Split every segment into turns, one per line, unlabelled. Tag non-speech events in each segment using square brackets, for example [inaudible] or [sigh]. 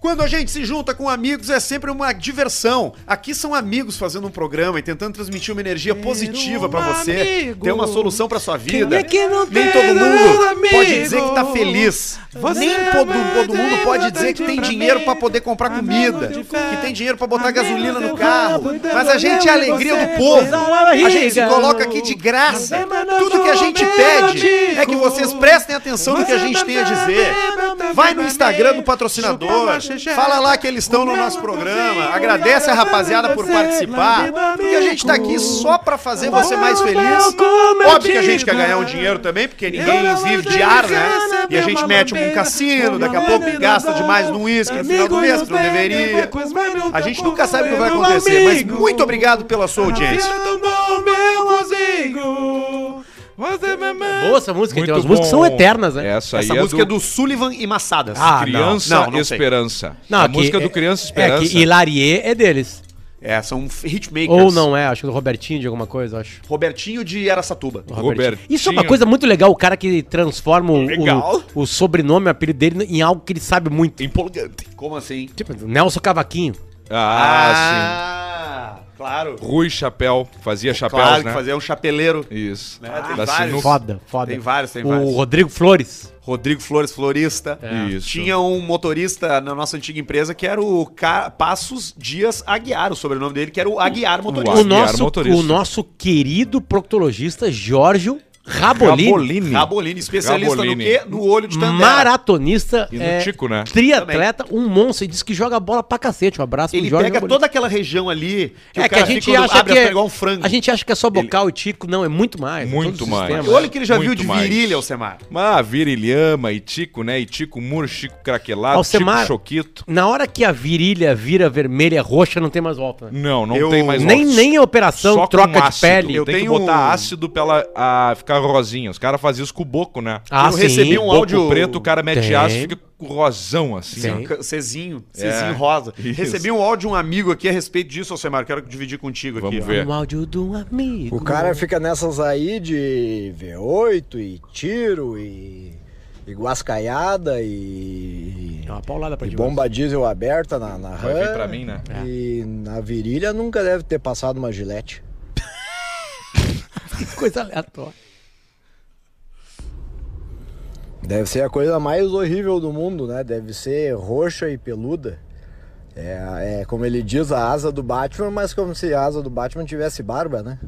Quando a gente se junta com amigos é sempre uma diversão. Aqui são amigos fazendo um programa e tentando transmitir uma energia positiva pra você,
um amigo.
ter uma solução pra sua vida.
é que não
Nem
tem
todo mundo
amigo?
pode dizer que tá feliz.
Você
Nem
é
todo,
mais
todo mundo
amigo
pode
do
dizer que tem
amigo.
dinheiro pra poder comprar
Amigo
comida,
do
que tem
pé.
dinheiro pra botar
Amigo
gasolina no
do
carro.
rabo,
Mas a gente é a alegria do
você
povo.
pesa na
A gente se
barriga.
coloca aqui de graça.
Você manda
Tudo que a
no
gente
meu
pede é que
tico.
vocês prestem atenção no que a gente
tá
tem a dizer. Vai no Instagram do patrocinador, fala lá que eles estão no nosso programa, agradece a rapaziada por participar, porque a gente tá aqui só pra fazer você mais feliz. Óbvio que a gente quer ganhar um dinheiro também, porque ninguém vive de ar, né? E a gente mete um cassino, daqui a
é
pouco gasta demais no uísque no final do mês, que não deveria. A gente nunca sabe o que vai acontecer, mas muito obrigado pela sua audiência.
Tá
Boa essa música,
Muito
tem umas músicas que são
bom.
eternas, né?
Essa aí
Essa
é
música é
do
do Sullivan e Massadas.
Ah, não.
Criança
Não, não sei.
Esperança.
Não,
a
que-
música
é-
do Criança
É
Esperança.
que Hilarie é deles.
É, são hitmakers.
Ou não é, acho que é do Robertinho de alguma coisa, acho.
Robertinho de Aracatuba.
Robertinho.
Isso é uma coisa muito legal, o cara que transforma o,
Legal.
o, o sobrenome, o apelido dele, em algo que ele sabe muito.
Empolgante. Como assim?
Tipo, Nelson Cavaquinho.
Ah,
Ah,
sim. Claro.
sim. Rui Chapéu. Fazia chapéus,
claro
né?
que fazer um chapeleiro.
Isso.
Né, tem
Da
vários.
sinuca.
Foda, foda.
Tem vários, tem
o
vários.
Rodrigo Flores.
Rodrigo Flores, florista.
É. Isso.
Tinha um motorista na nossa antiga empresa que era o Ca- Passos Dias Aguiar, o sobrenome dele, que era o Aguiar motorista.
O
Aguiar
nosso,
motorista.
o nosso querido proctologista Giorgio Rabolini.
Rabolini.
Rabolini, especialista
Rabolini.
no quê? No olho de tandera.
Maratonista,
E no
é,
Tico, né?
triatleta, um monstro. E diz que joga bola pra cacete. Um abraço
Ele
Giorgio
pega
Rabolini.
toda aquela região ali que
é
o
que a
cara
gente
fica quando
acha
abre
que
as
é,
igual um frango.
a gente acha que é só bocal e tico, não, é muito mais. é
Muito
todo o
mais.
sistema.
Olha o que ele já
Muito
viu de
mais.
virilha, Alcemar.
Ah, Virilhama e Tico, né? E Tico Muro, Chico Craquelado,
Alcemar-
Tico Choquito.
Na hora que a virilha vira vermelha, roxa, não tem mais volta. né?
Não, não
Eu-
tem mais
nem,
óculos.
nem a operação
Só com
troca de
ácido.
pele.
Eu
tem
tenho
que botar
um-
ácido pra ela ah, ficar rosinha. Os caras faziam isso com o boco, né?
Ah,
eu
sim.
recebi
O
um
boco
áudio
preto, o cara mete
Tem.
ácido e fica com rosão, assim.
Sim.
ó.
Ca- um Cezinho,
É,
Cezinho Rosa.
isso.
Recebi um áudio de um amigo aqui a respeito disso, Alcemar. Quero dividir contigo aqui.
Vamos
ó.
ver.
Um áudio de um amigo.
O cara fica nessas aí de V8 e tiro e, e guascaiada e,
É uma paulada pra
e
ti,
bomba diesel aberta na, na
Vai vir
RAM.
pra mim, né?
E na virilha nunca deve ter passado uma gilete.
mas Coisa aleatória.
Deve ser a coisa mais horrível do mundo, né? Deve ser roxa e peluda. É, é como ele diz, a asa do Batman, mas como se a asa do Batman tivesse barba, né?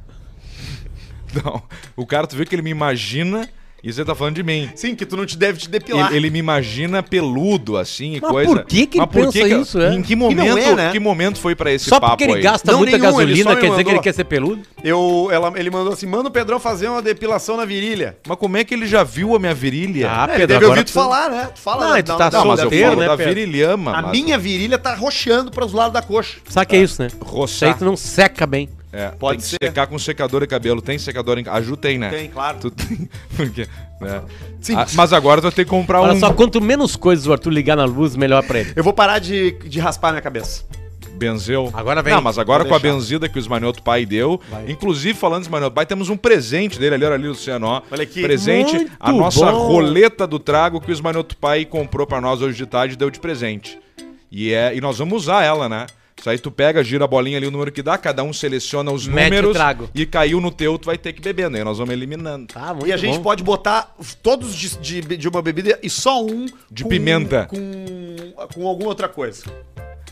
Não. O cara, tu vê que ele me imagina e você tá falando de mim.
Sim, que tu não te deve te depilar.
Ele, ele me imagina peludo, assim, e
Mas
coisa.
por que que ele pensa isso, é?
Em que
E não
momento,
é, né?
que momento foi pra esse
Só
papo
porque ele
aí?
gasta
Não,
muita
nenhum, ele só
gasolina,
me
quer dizer que ele
mandou. Tá.
quer ser peludo?
Eu, ela, ele mandou assim: manda o Pedrão fazer uma depilação na virilha.
Mas como é que ele já viu a minha virilha?
Ah,
É, ele
Pedro,
deve
agora
ouvir tu
tu-
falar, né? Tu fala
Não,
da-
tu
da-
tá
da-
não, mas eu
solteiro,
falo
né,
da
Pedro?
virilhama.
A
mas-
minha virilha tá roxando para os lados da coxa.
Sabe que é isso, né? Isso
Roçar.
aí tu não seca bem.
É,
Pode
tem que
ser.
secar com secador de cabelo. Tem secador em casa? A Ju tem, né?
Tem, claro.
Tu tem. [laughs] Porque, né?
Sim.
Ah, mas agora tu vai ter que
É
comprar
Olha
um.
só, quanto menos coisas o Arthur ligar na luz, melhor pra ele.
Eu vou parar de, de raspar minha cabeça.
Benzeu.
Agora vem.
Não, mas agora
Vou
com a
deixar.
benzida que o Ismanioto Pai deu. Inclusive, falando do Ismanioto Pai, temos um presente dele ali, olha ali, Luciano. Ó.
Olha aqui.
Presente, a
Muito
nossa
bom.
roleta do trago que o Ismanioto Pai comprou pra nós hoje de tarde e deu de presente. E, é, e nós vamos usar ela, né? Isso aí tu pega, gira a bolinha ali, o número que dá, cada um seleciona os
Mete o
números
trago.
e caiu no teu, tu vai ter que beber, né? E nós vamos eliminando.
Tá, muito
E a gente
bom.
pode botar todos de, de, de uma bebida e só um
De pimenta.
Com, com alguma outra coisa.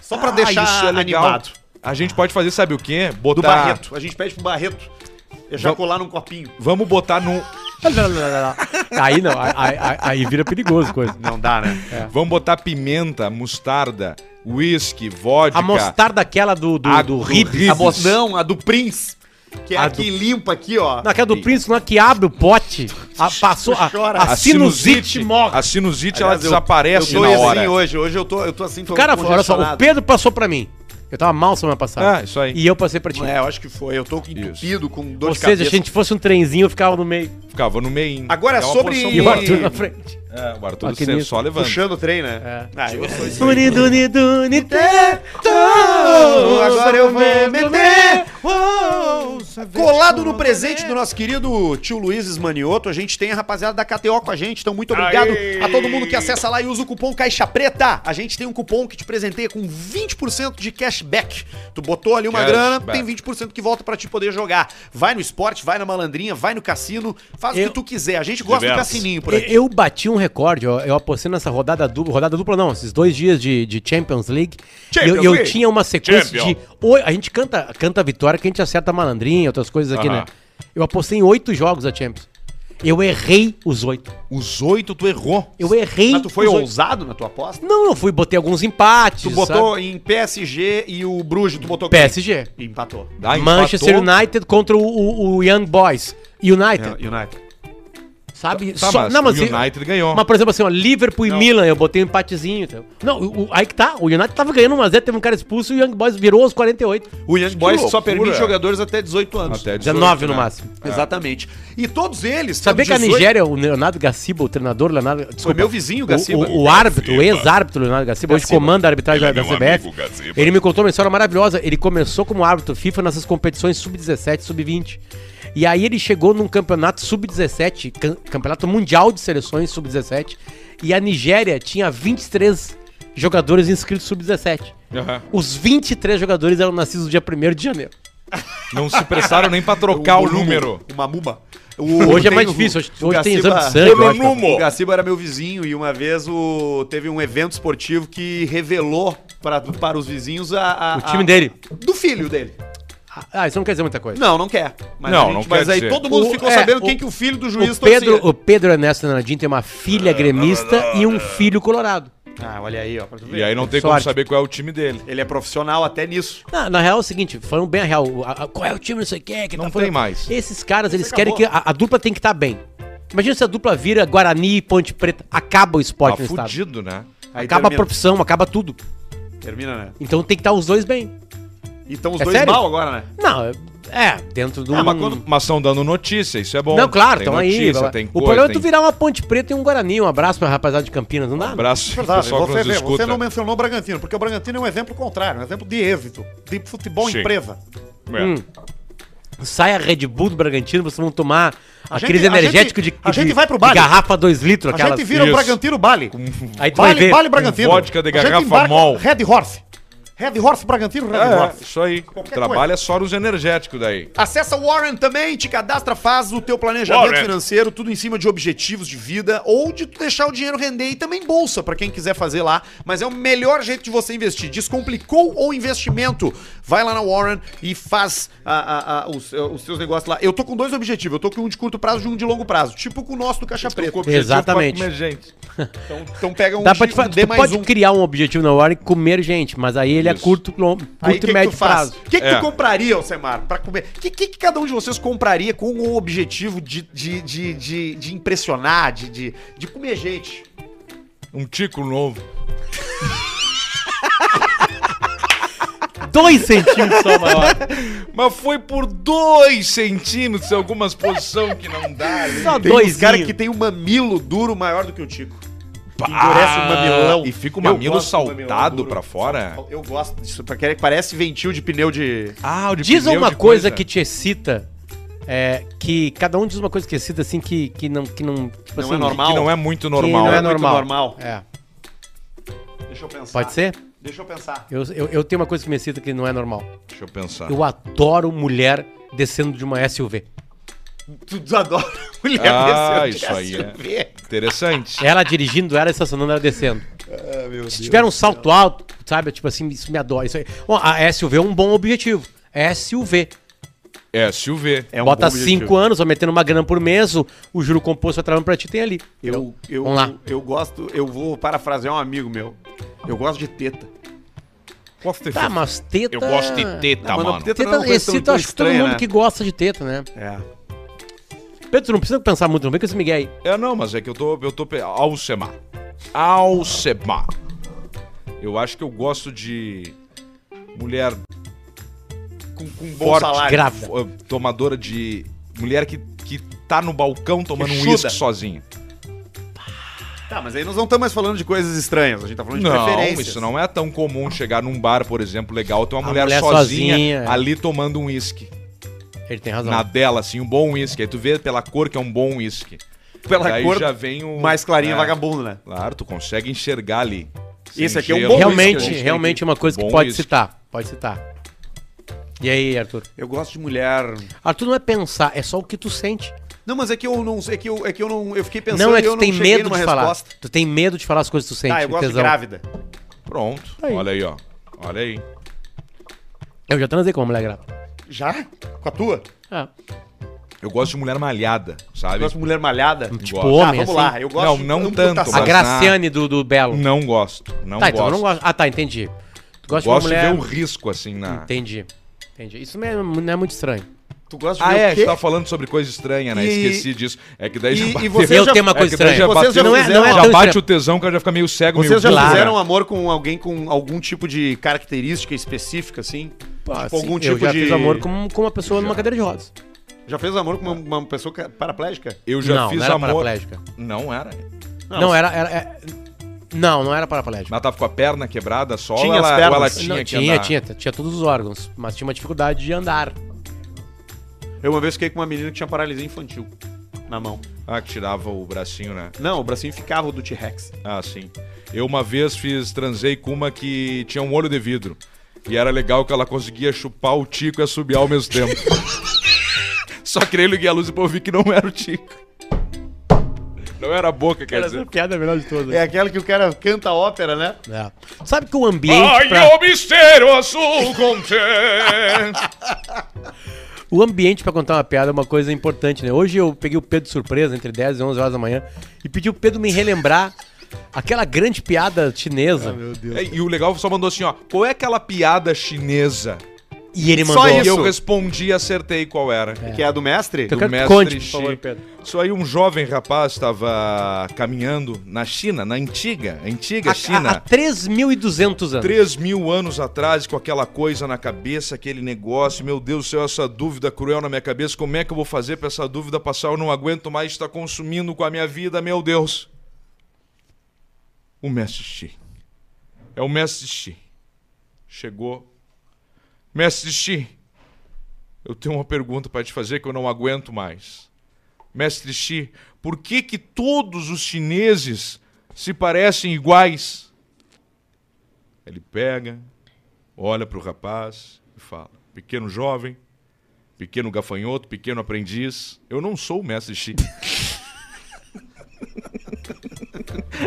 Só pra
Ah,
deixar
isso é legal.
animado.
A gente pode fazer, sabe o quê? Botar.
Do Barreto. A gente pede pro Barreto ejacular num copinho.
Vamos botar num.
Não, não, não, não, não. Aí não, aí- aí, aí vira perigoso coisa.
Não dá, né?
Vamos botar pimenta, mostarda, uísque, vodka.
A mostarda aquela do, do,
A
do
do
Ribs.
Ribs.
A bo- não, a do Prince. Que é
A
a que limpa aqui, ó.
Naquela do príncipe lá que abre o pote, a- passou a,
Chora. Ah,
a sinusite morre.
A sinusite ela
Aliás, eu-
desaparece
eu tô
na
assim
hora.
hoje. Hoje eu tô, eu tô assim, tô
Cara, olha só, o
congestionado.
Pedro passou pra mim. Eu tava mal semana passada.
Ah, isso aí.
E eu passei pra ti.
É, eu acho que foi. Eu tô entupido com dor
Ou
de
seja,
cabeça.
se a gente fosse um trenzinho, eu ficava no meio.
Ficava no meio. É
Agora
uma
sobre-
posição
E o
boa.
Arthur na frente.
É, o Arthur
Ah, que
você
nisso.
só levanta.
Puxando o trem, né? Ah, eu sou isso aí.
Duni, duni, duni, tê, tê,
Agora eu vou meter.
tê, tê.
Colado no presente do nosso querido tio Luiz Esmanioto, a gente tem a rapaziada da KTO com a gente. Então, muito obrigado a todo mundo que acessa lá e usa o cupom Caixa Preta. A gente tem um cupom que te presenteia com 20% de cashback. Tu botou ali uma grana,
Cashback.
tem 20% que volta pra te poder jogar. Vai no esporte, vai na malandrinha, vai no cassino, faz o
Eu-
que tu quiser. A gente gosta do
Diversos.
cassininho por
Eu,
aqui.
eu bati um recorde, eu, eu apostei nessa rodada dupla, rodada dupla não, esses dois dias de, de Champions League.
Champions
eu, eu
League.
tinha uma sequência
Champion.
de. oi- a gente canta, canta a vitória que a gente acerta a malandrinha, outras coisas aqui,
Aham.
né? Eu apostei em oito jogos da Champions. Eu errei os oito.
Os oito tu errou.
Eu errei.
Mas tu foi
os oito.
ousado na tua aposta?
Não, eu fui, botei alguns empates.
Tu botou em PSG e o Bruges, tu botou
sabe? PSG.
E empatou.
Ah, empatou.
Manchester United contra o, o- o Young Boys. É, United.
É, United.
Sabe?
Tá, mas
não, mas
o
eu-
United ganhou.
Mas, por exemplo, assim, ó, Liverpool e Milan, eu botei um empatezinho. entendeu? Não, o- o- aí que tá, o United tava ganhando 1x0, teve um cara expulso e o Young Boys virou aos 48.
O Young Boys só
loucura.
permite jogadores até 18 anos.
Até 18,
19 no
né?
máximo.
É. Exatamente. E todos eles.
Sabia que a
tendo 18
Nigéria, o Leonardo Gaciba, o treinador Leonardo. Desculpa,
meu vizinho,
o-
Gaciba.
O, o árbitro, o ex-árbitro Leonardo Gaciba, hoje
Gaciba.
comanda a arbitragem
Ele é
da
meu
CBF.
amigo, Gaciba.
ele me contou uma história maravilhosa. Ele começou como árbitro FIFA nessas competições sub-17, sub-20. E aí ele chegou num campeonato sub-17, cam- campeonato mundial de seleções sub-17. E a Nigéria tinha 23 jogadores inscritos sub-17.
Aham.
Os 23 jogadores eram nascidos no dia 1 de janeiro.
Não se pressaram
[laughs]
nem pra trocar o, número.
Uma muba.
Hoje é mais difícil, hoje- hoje tem exame de sangue, eu acho. é um-
O Gaciba era meu vizinho e uma vez o, teve um evento esportivo que revelou pra, para os vizinhos a, a-
O time
a-
dele.
Do filho dele.
Ah, isso não quer dizer muita coisa.
Não, não quer. Mas,
Não,
a gente-
não quer
mas aí
dizer.
todo mundo
O-
ficou
é,
sabendo
o-
quem que o filho do juiz assim, é.
o Pedro,
torcia.
o Pedro Ernesto Nanadinho tem uma
Ah, tá
filha gremista e um filho colorado.
Ah, olha aí, ó. pra tu ver.
E aí não tem como
Sorte.
saber qual é o time dele.
Ele é profissional até nisso.
Na, na real é o seguinte, falando bem a real, o- a- a- qual é o time, não sei o que, que
Não
falando-
tem mais.
Esses caras, eles
Isso
querem que
acabou.
a, a dupla tem que estar bem. Imagina se a dupla vira Guarani e Ponte Preta, acaba o
Tá
esporte no estado.
fudido, né?
Aí
acaba a
termina.
profissão, acaba tudo.
Termina, né?
Então tem que estar os dois bem.
E estão os
É
dois
sério?
mal agora, né?
Não, é- é, dentro do...
Ah, mas quando-
Mas estão dando notícia, isso é bom.
Não, claro,
Tem
estão aí.
notícia,
vai-
Tem
o
coisa,
problema é
tem
tu virar uma Ponte Preta e um Guarani. Um abraço pra rapaziada de Campinas, não dá?
abraço pro
É Verdade,
pessoal que
você,
nos
vê, você
escuta.
não mencionou o Bragantino, porque o Bragantino é um exemplo contrário, um exemplo de êxito, de futebol
Sim.
empresa.
É.
Hum. Sai a Red Bull do Bragantino, vocês vão tomar
A
aqueles
gente- a
energéticos
gente-
de,
a
de-
gente vai pro
de
baile.
garrafa 2 litros,
A
aquelas.
gente vira
Isso.
o Bragantino Bali.
Aí tu vai
Bali,
ver.
Bali Bragantino.
Com vodka de
A gente
garrafa
embarca
Mol.
Red Horse. Red Horse Bragantino, Red
É,
Horse.
isso aí. Trabalha só nos energéticos daí.
Acessa o Warren também, te cadastra, faz o teu planejamento
Warren.
financeiro, tudo em cima de objetivos de vida ou de tu deixar o dinheiro render e também bolsa pra quem quiser fazer lá, mas é o melhor jeito de você investir. Descomplicou o investimento? Vai lá na Warren e faz a- a- a- os, eh, os seus negócios lá. Eu tô com dois objetivos, eu tô com um de curto prazo e um de longo prazo, tipo com o nosso do Caixa Preta.
Exatamente.
um Pra comer gente.
Então, então pega um
Dá pra te fa-
um dê
tu
mais
pode
um.
criar um objetivo na hora e comer gente, mas aí ele é
Isso.
curto, long- curto
Aí, que
e
que
médio
tu faz?
prazo.
O que, que
É.
tu compraria, Alcemar, pra comer? O que, que, que cada um de vocês compraria com o objetivo de, de, de, de, de impressionar, de, de, de comer gente?
Um tico novo. [laughs]
[laughs]
Dois centímetros só maior.
Mas foi por dois centímetros em algumas posições que não dá. né?
Só
Tem uns
dois.
caras que tem um mamilo duro maior do que o Tico. Que endurece o mamilão.
E fica o
Eu
mamilo
gosto do mamilão
saltado
duro.
pra fora.
Eu gosto disso, porque parece ventil de pneu de...
Ah, o de
Diz
pneu
uma
de
coisa que te excita. é, que cada um diz uma coisa que excita, assim, que, que não. Que não, tipo
Não
assim,
é normal.
Que não é muito normal.
não
Não
é
é muito
normal.
normal.
É.
Deixa eu pensar.
Pode ser?
Deixa eu pensar.
Eu, eu, eu tenho uma coisa que me excita que não é normal.
Deixa eu pensar.
Eu adoro mulher descendo de uma SUV.
Tu adora mulher
Ah,
descendo de
isso aí, é.
SUV.
Interessante.
Ela dirigindo, ela estacionando, ela descendo.
Ah,
Se tiver um salto alto, sabe? Tipo assim, isso me adora. Isso aí. Bom, a SUV é um bom objetivo. SUV.
É, SUV.
É um
Bota
bom
cinco
objetivo.
anos, vai metendo uma grana por mês, o, o juro composto vai travando pra ti, tem ali.
Eu, eu,
Vamos lá.
eu gosto, eu vou parafrasear um amigo meu. Eu gosto de teta.
Gosto de
Tá, mas teta...
Eu gosto de
Tá,
teta,
Não, mas não
mano.
teta não é
Teta
uma coisa tão-
excita,
tão
acho que todo
estranha,
mundo
né?
que gosta de teta, né?
É.
Pedro, tu não precisa pensar muito, não vem com esse Miguel aí.
É, não, mas é que eu tô. Eu tô. pe- Alcemar. Alcemar. Eu acho que eu gosto de. Mulher.
Com, com bom
Forte,
salário.
Grávida.
fo- Tomadora de. Mulher que, que tá no balcão tomando um
chuda.
uísque sozinha.
Tá, mas aí nós não estamos mais falando de coisas estranhas. A gente tá falando de
Não,
preferências.
isso não é tão comum chegar num bar, por exemplo, legal, ter uma
A
mulher,
mulher
é.
sozinha,
sozinha.
ali tomando um uísque.
Ele tem razão.
na dela, assim, um bom uísque. Aí tu vê pela cor que é um bom uísque.
Pela
Daí
cor
já vem o.
mais clarinha,
é,
vagabundo, né?
Claro, tu consegue enxergar ali. Sem
Esse aqui é um
gelo,
bom
realmente,
uísque,
sem-
realmente é uma coisa que
Bom
pode
uísque.
citar. Pode citar. E aí, Arthur?
Eu gosto de mulher.
Arthur não é pensar, é só o que tu sente.
Não, mas é que eu não. É que eu, é que eu não. Eu fiquei pensando
Não é
e
que
eu
tu tem
cheguei
medo
numa
de falar.
resposta.
Tu tem medo de falar as coisas que tu sente.
Tá, eu gosto de grávida.
Pronto.
Aí.
Olha aí, ó. Olha aí.
Eu já transei com uma mulher grávida.
Já? Com a tua?
Ah,
Eu gosto de mulher malhada,
Eu
sabe?
gosto de mulher malhada.
tipo
Gosto.
homem,
vamos
assim.
lá. Eu gosto
Não,
de
não
amputação.
tanto,
A
mas-
Graciane do, do Belo.
Não gosto. Não
tá, então eu
gosto.
não gosto. Ah, tá, entendi. Tu gosta
gosto
de uma mulher...
de ver um risco, assim, na.
Entendi. Entendi. Isso não é, não é muito estranho.
Tu gosta de
Ah,
ver
é,
o
a gente
quê?
tava falando sobre coisa estranha, né?
E-
Esqueci disso. É que daí
e-
já
e
bateu.
você
Eu
já-
tenho uma
É
coisa
que daí
estranha.
já
Vocês
bateu-
já
não é, não é
fizeram-
já
tão
bate o
estranho.
tesão, o cara já fica meio cego,
Vocês já
meio burro,
fizeram um
né?
amor com alguém com algum tipo de característica específica, assim? tipo,
Pô, assim,
algum
eu
tipo
já
de.
fiz amor com, com uma pessoa numa cadeira de rodas.
Já fez amor com uma, uma pessoa ca- paraplégica?
Eu já
não,
fiz
não era
amor.
paraplégica.
Não era.
Não, era, era- é- Não, não era paraplégica.
Mas tava com a perna quebrada só,
Tinha
ou ela,
as
ou
pernas.
ela
Não,
tinha
Não,
que
tinha,
andar?
tinha, tinha todos os órgãos, mas tinha uma dificuldade de andar.
Eu uma vez fiquei com uma menina que tinha paralisia infantil na mão.
Ah, que tirava o bracinho, né?
Não, o bracinho ficava o do T-Rex.
Ah, sim. Eu uma vez fiz, transei com uma que tinha um olho de vidro. E era legal que ela conseguia chupar o tico e assobiar ao mesmo tempo. Só que eu liguei a luz e eu vi que não era o tico. Não era a boca, quer dizer.
piada é a melhor de todas. É.
É aquela que o cara canta a ópera, né?
Sabe que o ambiente um pra-
o mistério azul contém.
o ambiente pra contar uma piada é uma coisa importante, né? Hoje eu peguei o Pedro de surpresa entre 10 e 11 horas da manhã e pedi o Pedro me relembrar aquela grande piada chinesa.
É, E o legal só mandou assim, ó. Qual é aquela piada chinesa?
e ele
Só
mandou um
E
isso.
eu respondi e acertei qual era.
Que é a do mestre?
Eu
do
quero que
mestre
conte, por
Xi.
favor, Pedro.
Isso aí, um jovem rapaz estava caminhando na China, na antiga, antiga
há, há
China.
3.200 anos.
3 mil anos atrás, com aquela coisa na cabeça, aquele negócio, meu Deus do céu, essa dúvida cruel na minha cabeça, como é que eu vou fazer pra essa dúvida passar? Eu não aguento mais estar consumindo com a minha vida, meu Deus. O mestre Xi. É o mestre Xi. Chegou. Mestre Xi, eu tenho uma pergunta pra te fazer que eu não aguento mais. Mestre Xi, por que que todos os chineses se parecem iguais? Ele pega, olha para o rapaz e fala: Pequeno jovem, pequeno gafanhoto, pequeno aprendiz, eu não sou o mestre Xi. [laughs]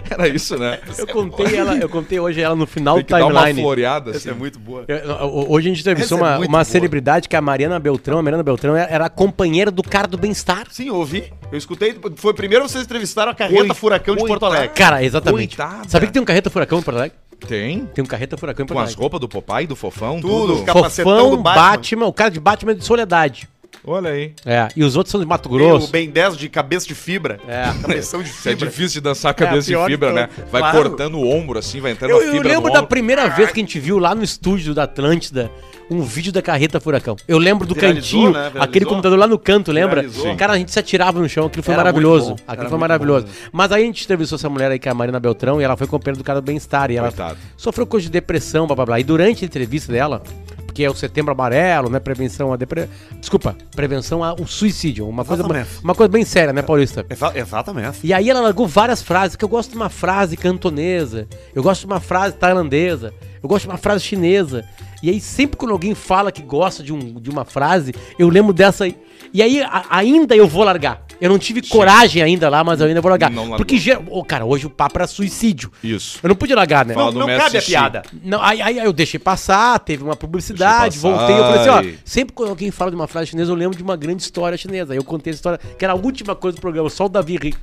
Era isso, né?
Eu contei ela, eu contei hoje ela no final
Tem
do
que dar uma
timeline.
floreada assim.
Essa é muito boa.
Eu- eu- Hoje a gente entrevistou
Essa é
uma,
muito
uma
boa.
celebridade que é a Mariana Beltrão. A Mariana Beltrão é, era, era a companheira do cara do bem-estar.
Sim, eu ouvi. Eu escutei. Foi primeiro vocês entrevistaram a carreta Furacão de
coitado.
Porto Alegre.
Cara, exatamente.
É. Coitada.
Sabia que tem um carreta furacão em Porto Alegre?
Tem.
Tem um carreta furacão em Porto
Com as
Alegre.
roupas do Popeye, do Fofão,
Tudo,
tudo.
fica- capacetão do
Fofão,
Batman.
Batman. o cara de Batman é de Soledade.
Olha aí.
É, e os outros são de Mato
Tem
Grosso.
O Ben 10 de cabeça de fibra.
É.
[laughs] Cabeção de
É
fibra.
difícil de dançar a cabeça
É, a
de
pior
fibra,
de
né?
todas.
Vai
Claro.
cortando o ombro, assim, vai entrando
Eu,
a
eu
fibra
lembro
no
da
ombro.
primeira vez que a gente viu lá no estúdio da Atlântida um vídeo da carreta furacão. Eu lembro do
Viralizou,
cantinho,
né? Viralizou.
aquele computador lá no canto, lembra?
Viralizou.
Cara, a gente se atirava no chão, aquilo foi
Era
maravilhoso.
muito bom, né?
Aquilo
era
foi
muito
maravilhoso. Mas aí a gente entrevistou essa mulher aí, que é a Marina Beltrão, e ela foi companheira do cara do bem-estar. E ela
Coitado.
sofreu coisa de depressão, blá blá blá. E durante a entrevista dela, porque é o setembro amarelo, né? Prevenção a depressão. Desculpa, prevenção ao suicídio. Uma coisa,
Exatamente.
uma coisa bem séria, né, Paulista?
Exa- Exatamente.
E aí ela largou várias frases, que eu gosto de uma frase cantonesa, eu gosto de uma frase tailandesa, eu gosto de uma frase chinesa. E aí sempre quando alguém fala que gosta de, um, de uma frase, eu lembro dessa aí. E aí a- ainda eu vou largar. Eu não tive coragem ainda lá, mas eu ainda vou largar.
Não largou.
Porque, ger- Ô, cara, hoje o papo era suicídio.
Isso.
Eu não pude largar, né?
Fala
Não,
do
não
mestre
cabe a
Xi.
piada.
Não, aí, aí eu deixei passar, teve uma publicidade,
Deixei passar,
voltei. Eu falei assim: ó,
e-
sempre quando alguém fala de uma frase chinesa, eu lembro de uma grande história chinesa. Aí eu contei essa história, que era a última coisa do programa, só o Davi ri.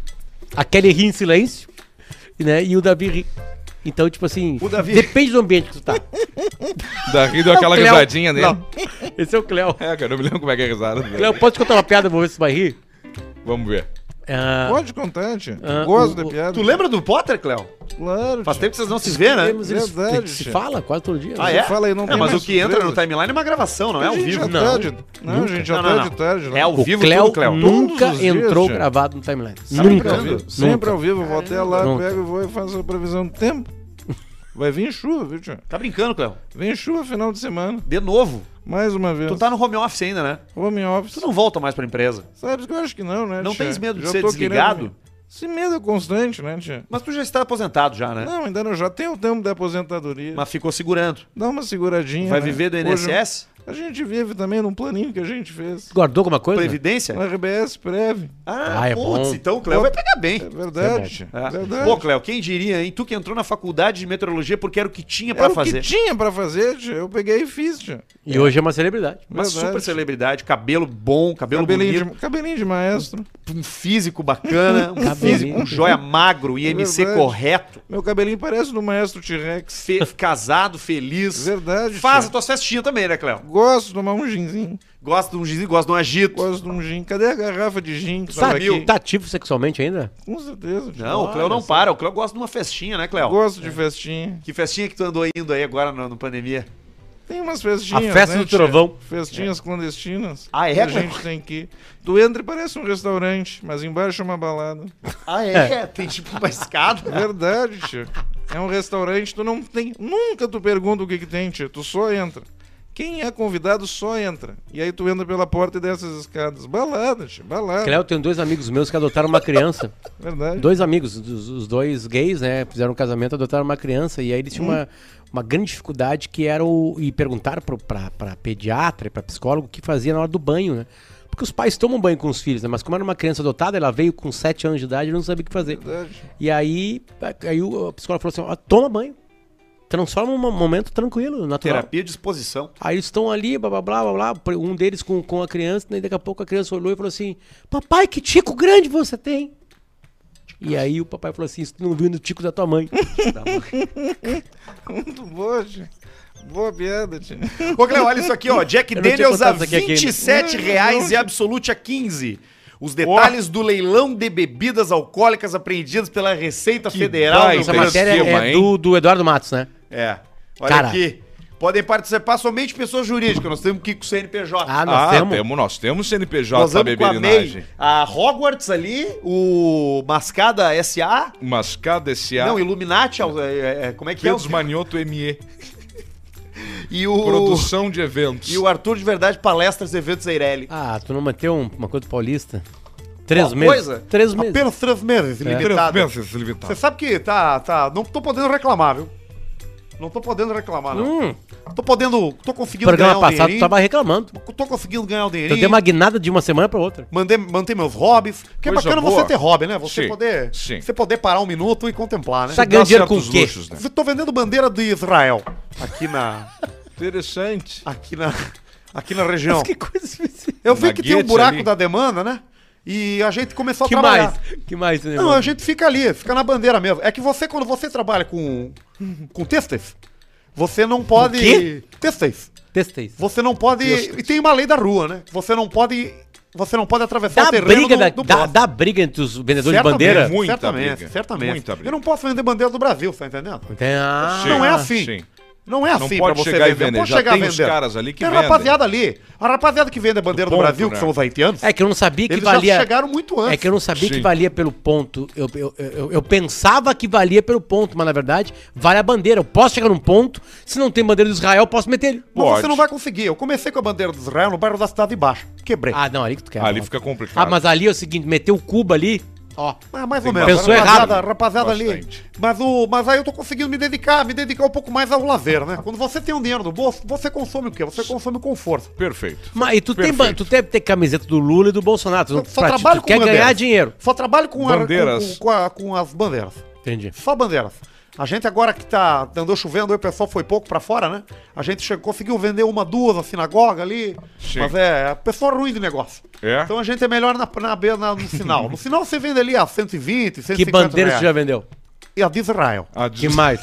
A Kelly ri em silêncio, né? E o Davi ri. Então, tipo assim,
O Davi-
depende do ambiente que tu tá.
Daí deu aquela
Cleo.
risadinha nele.
Não. [laughs] Esse é o Cleo.
É, cara, eu me lembro como é que é a risada. dele.
Cleo, posso te contar uma piada? Vou ver se tu vai rir.
Vamos ver.
Ah,
Pode contar, tia.
Ah,
Gosto
o-
de piada.
Tu lembra do Potter, Cléo?
Claro,
Faz
tia.
tempo que vocês não se vê, né?
temos eles-
Verdade,
se
tia.
fala quase todo dia.
Ah,
né?
é?
fala aí, não
É,
tem
mas o
mais
que entra no
surpresa.
timeline é uma gravação, não é
A
ao
gente
vivo.
já
Não.
tá de- Não, a gente
Não,
já
não,
tá
não.
de tarde. né?
É ao
O
vivo
Cleo
tudo, Cléo.
nunca
Todos os dias,
entrou
tia.
gravado no timeline.
tá
Sempre
Nunca.
ao vivo. Sempre
Nunca.
ao vivo. Vou até lá,
Nunca.
pego e vou e faço a previsão do tempo. Vai vir chuva, viu, tio?
Tá brincando, Cléo?
Vem chuva final de semana.
De novo.
Mais uma vez.
Tu tá no home office ainda, né?
Home office.
Tu não volta mais pra empresa.
Sabe que eu acho que não, né,
Não
tia?
tens medo de
Já
ser
tô
desligado?
querendo- Esse medo é constante, né, tia?
Mas tu já está aposentado já, né?
Não, ainda não. Já tem o tempo da aposentadoria.
Mas ficou segurando.
Dá uma seguradinha.
Vai
É. né?
viver do
Hoje-
INSS?
a gente vive também num planinho que a gente fez.
Guardou alguma coisa?
Previdência?
No RBS prévio.
Ah,
Ah, é
putz,
bom.
então o Cléo vai pegar bem.
É
É
verdade.
Ah.
É verdade.
Pô, Cléo, quem diria, hein? Tu que entrou na faculdade de meteorologia porque era o que tinha pra
Era
fazer.
É o que tinha pra fazer, tia. Eu peguei e fiz, tia.
E hoje é uma celebridade.
Uma super
Verdade.
celebridade, cabelo bom, cabelo
Cabelinho
bonito,
de, cabelinho de maestro.
um físico [laughs] bacana, um
Cabelinho.
físico, um joia magro, IMC
É Verdade.
correto,
Meu cabelinho parece do maestro T-Rex.
fe-
[laughs]
casado, feliz.
É Verdade.
Faz as
tia.
tuas festinhas também, né, Cléo?
Gosto de tomar um ginzinho.
Gosta de um gizinho, gosta de um agito.
Gosto de um gin. Cadê a garrafa de gin é que tava
Sabe,
Sabe,
aqui?
tá ativo sexualmente ainda?
Com certeza. tia.
Não, o Cléo não
Olha,
para, o Cléo gosta de uma festinha, né, Cléo?
Gosto de festinha.
Que festinha que tu andou indo aí agora na, na pandemia?
Tem umas festinhas.
A festa
né,
do
tia?
trovão.
Festinhas clandestinas.
Ah, é,
Que a
Cleo?
gente tem que ir. Tu entra e parece um restaurante, mas embaixo é uma balada.
Ah, é? Tem tipo uma
[laughs]
escada.
Verdade, tia. É um restaurante, tu não tem. Nunca tu pergunta o que, que tem, tia. Tu só entra. Quem é convidado só entra. E aí tu entra pela porta e desce as escadas. Balada, tia. Balada.
Cléo, tem dois amigos meus que adotaram uma
[laughs]
criança.
Verdade.
Dois amigos, os, os dois gays, né? Fizeram um casamento, adotaram uma criança. E aí eles tinham uma,
Hum.
uma grande dificuldade que era o. E perguntaram pro, pra, pra pediatra e pra psicólogo o que fazia na hora do banho, né? Porque os pais tomam banho com os filhos, né? Mas como era uma criança adotada, ela veio com 7 anos de idade e não sabia o que fazer.
É Verdade.
E aí, aí o a psicóloga falou assim: ó, toma banho. Transforma um momento tranquilo, natural.
Terapia de exposição.
Aí eles estão ali, blá blá blá blá blá, um deles com, com a criança, né, e daqui a pouco a criança olhou e falou assim: Papai, que tico grande você tem! E aí o papai falou assim: Isso tu não viu no tico da
[laughs]
tua mãe.
Muito boa, tia. Boa piada, tia.
Ô, Cleo, olha isso aqui, ó. Jack
Eu não tinha
Daniels a
contado isso aqui ainda.
27 reais e Absolute a 15. Os detalhes do leilão de bebidas alcoólicas apreendidas pela Receita Federal.
baita
meu
Essa
Tem
Deus.
matéria
esquema,
é
hein?
do, do Eduardo Matos, né?
É. Olha
Cara.
aqui. Podem participar somente pessoas jurídicas. Nós temos que ir com o CNPJ.
Ah, nós temos.
nós temos CNPJ
Nós
pra
vamos com a MEI,
beberinagem.
a Hogwarts ali, o Mascada SA,
Mas cada SA,
não, Illuminati, é, é, como é que é?
Pedro Manioto ME,
E o,
produção de eventos.
e o Arthur de Verdade, palestras, eventos Eireli.
Ah, tu não manteu um- uma coisa do paulista? Três
Uma
meses.
coisa? Ah,
Três meses.
Apenas três meses,
É.
Três
limitado.
meses limitado.
Você sabe que tá, tá, não tô podendo reclamar, viu? Não tô podendo reclamar, não.
Hum,
Tô podendo, tô conseguindo
programa
ganhar um
passado tu
dinheirinho.
tava reclamando.
Tô conseguindo ganhar um
Eu
dinheirinho.
dei uma guinada de uma semana pra outra.
Mandei, manter meus hobbies. Que é
Coisa
bacana
boa.
você ter hobby, né? Você
Sim,
poder,
sim.
você poder parar um minuto e contemplar, né?
Tá ganhando dinheiro com
certos
o quê? [laughs]
luxos, né?
Eu tô vendendo bandeira de Israel aqui na
Interessante.
aqui na aqui na região.
Que coisa específica.
Eu vi que tem um
Maguete
buraco
ali.
da demanda, né? E a gente começou a
Que
trabalhar.
mais? Que mais, né,
Não,
mano?
a gente fica ali, fica na bandeira mesmo. É que você, quando você trabalha com, com têxteis, você não pode.
quê?
Têxteis.
Testei. isso.
Você não pode. E tem uma lei da rua, né? Você não pode. Você não pode atravessar
Dá
o terreno
briga,
do,
da,
do
dá,
próximo.
dá briga entre os vendedores de
Certamente,
bandeira?
muito. Muita
certamente,
briga,
certamente.
muita briga.
Eu não posso vender bandeira do Brasil, tá entendendo?
Tem- ah.
Sim,
não é assim.
sim.
Não é
Não
assim
pode
pra você
chegar e
vender.
vender,
Não pode
já
chegar
tem os
vendendo.
caras ali que
Tem a
vendem.
rapaziada ali. A rapaziada que vende a bandeira do,
ponto,
Brasil, que
né?
são os haitianos,
É que eu não sabia que
eles
valia.
já chegaram muito antes.
É que eu não sabia que
Sim.
valia pelo ponto. Eu, eu, eu, eu pensava que valia pelo ponto, mas na verdade vale a bandeira. Eu posso chegar num ponto, se não tem bandeira do Israel, eu posso meter ele.
Mas
Pode.
você não vai conseguir. Eu comecei com a bandeira do Israel no bairro da Cidade de Baixo. Quebrei.
Ah, não, ali que tu quer.
Ali
Não.
fica complicado.
Ah, mas ali é o seguinte: meteu o cubo ali, ó.
Ah, mais ou
Sim,
menos.
pensou
rapaziada,
errado.
rapaziada ali.
Bastante.
Mas, o, mas aí eu tô conseguindo me dedicar, me dedicar um pouco mais ao lazer, né? Quando você tem um dinheiro no bolso, você consome o quê? Você consome o conforto.
Perfeito.
Mas e tu, tem, ba-
Perfeito.
tu deve ter camiseta do Lula e do Bolsonaro. Tu, não-
Eu só
pra ti-
trabalho
tu
com
quer
bandeiras.
ganhar dinheiro.
Só trabalho com, a-
Bandeiras.
com- com a- com as bandeiras.
Entendi.
Só bandeiras. A gente agora que tá andou chovendo, aí o pessoal foi pouco pra fora, né? A gente chegou, conseguiu vender uma, duas na sinagoga ali.
Sim.
Mas é, a pessoa é ruim de negócio.
É?
Então a gente é melhor na, na, be- na- no final. No final você vende ali a 120, 150
Que bandeira
reais.
tu já vendeu?
E a de Israel.
A
Que
des-
mais?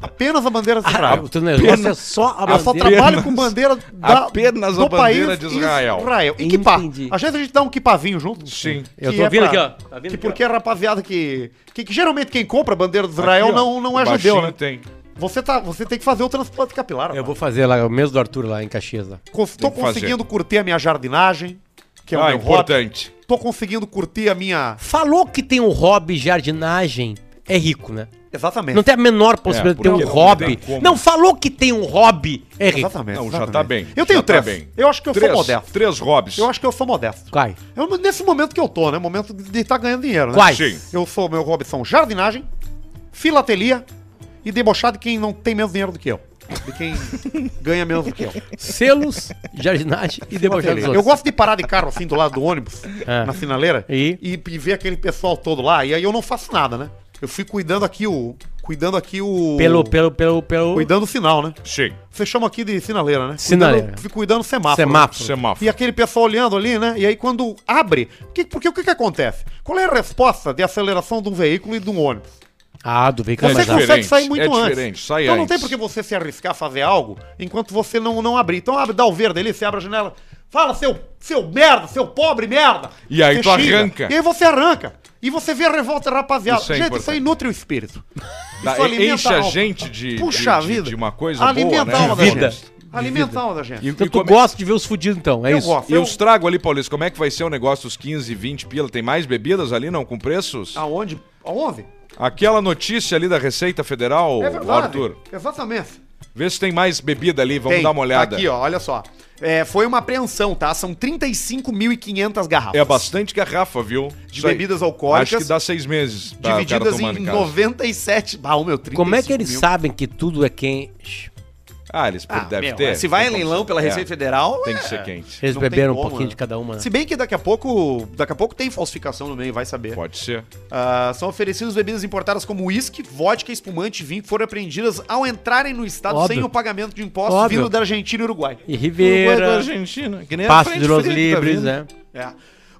Apenas a bandeira de
Ah,
Israel.
o teu negócio é só a
Eu só
bandeira.
trabalho com
[laughs]
bandeira da,
Apenas a bandeira de Israel.
E kipá.
Entendi.
Às vezes a gente dá um kipazinho junto.
Sim.
Eu
Que
tô
é pra-
vindo aqui, ó. Tá vindo
que
aqui,
porque a rapaziada que, que, que Geralmente quem compra a bandeira de Israel
Aqui, ó,
não, não é
baixinho
judeu, né?
Tem.
Você, tá, você tem que fazer o transplante capilar.
Eu vou fazer lá, o mesmo do Arthur lá em Caxias. Lá.
Cons- Tô
Tem que fazer.
conseguindo curtir a minha jardinagem, que é o
ah,
meu
importante.
hobby. Tô conseguindo curtir a minha.
Falou que tem um hobby jardinagem, é rico, né?
Exatamente.
Não tem a
É,
menor possibilidade de ter
porque
um
não
hobby.
tem como.
Não falou que tem um hobby, Henrique.
Exatamente.
Não, já
exatamente.
tá bem.
Eu tenho
já tá
três.
bem.
Eu acho que eu
Três-
sou modesto.
Três hobbies.
Eu acho que eu sou modesto.
Vai.
Eu, nesse momento que eu tô, né? Momento de estar ganhando dinheiro, né?
Quais?
Sim.
Eu sou, meu hobby são jardinagem, filatelia e debochar de quem não tem menos dinheiro do que eu. De quem
[laughs]
ganha menos do que eu.
Selos, jardinagem e debochar dos
Filatelia.
outros.
Eu gosto de parar de carro assim do lado do ônibus,
É.
na sinaleira,
E?
e, e ver aquele pessoal todo lá. E aí eu não faço nada, né? Eu fui cuidando aqui o. Cuidando aqui o.
Pelo, pelo, pelo, pelo...
Cuidando o sinal, né?
Sim.
Você chama aqui de sinaleira, né?
Sinaleira.
Cuidando, fui cuidando é do semáforo.
é
semáforo.
Semáforo.
E aquele pessoal olhando ali, né? E aí quando abre, que- porque o que, que acontece? Qual é a resposta de aceleração de um veículo e de um ônibus?
Ah, do veículo
É
Você
mais rápido.
diferente,
consegue sair muito
é
antes.
diferente, sai
então não
antes.
tem por que você se arriscar a fazer algo enquanto você não, não abrir. Então abre, dá o verde ali, você abre a janela. Fala, seu, seu merda, seu pobre merda.
E aí
Você
tu arranca.
E aí você arranca. E você vê a revolta da rapaziada.
Isso é
Gente, isso
importante.
aí nutre o espírito.
Dá-
Isso alimenta
Tá, enche a gente de, de-
Puxa
de-
vida.
de uma coisa
Alimenta
boa,
a
né?
alma da
Vida.
gente. Alimenta a alma da gente.
E,
Então
e
tu
como é-
gosta de ver os fudidos, então, é
Eu
isso?
gosto.
e os trago ali, Paulista, como é que vai ser o negócio dos 15, 20 pila? Tem mais bebidas ali, não? Com preços?
Aonde? Aonde? É
Aquela notícia ali da Receita Federal, Arthur.
Exatamente.
Vê se tem mais bebida ali, vamos
Tem.
dar uma olhada.
Tá Aqui, ó, olha só. É, foi uma apreensão, tá? São 35.500 garrafas.
É bastante garrafa, viu?
De
Isso aí.
bebidas alcoólicas.
Acho que dá seis meses. pra o cara
Divididas
tomar
em
casa.
97. Ah, o meu 35
Como é que eles
mil.
sabem que tudo é quente?
Ah, eles
Ah,
devem
meu,
ter.
Se vai em
Tem como
leilão
ser.
pela
É,
Receita Federal.
Tem
é-
que ser quente.
Eles
Não tem
beberam um
como,
pouquinho
né?
de cada uma. né?
Se bem que daqui a pouco. Daqui a pouco tem falsificação no meio, vai saber.
Pode ser.
Ah, são oferecidas bebidas importadas como uísque, vodka, espumante e vinho que foram apreendidas ao entrarem no estado
Óbvio.
sem o pagamento de impostos
Óbvio.
vindo da Argentina e Uruguai.
E
Uruguai da
Ribeira,
Argentina. Que nem a
Passo
frente
de Los
fria que tá
Libres,
vindo.
né?
É.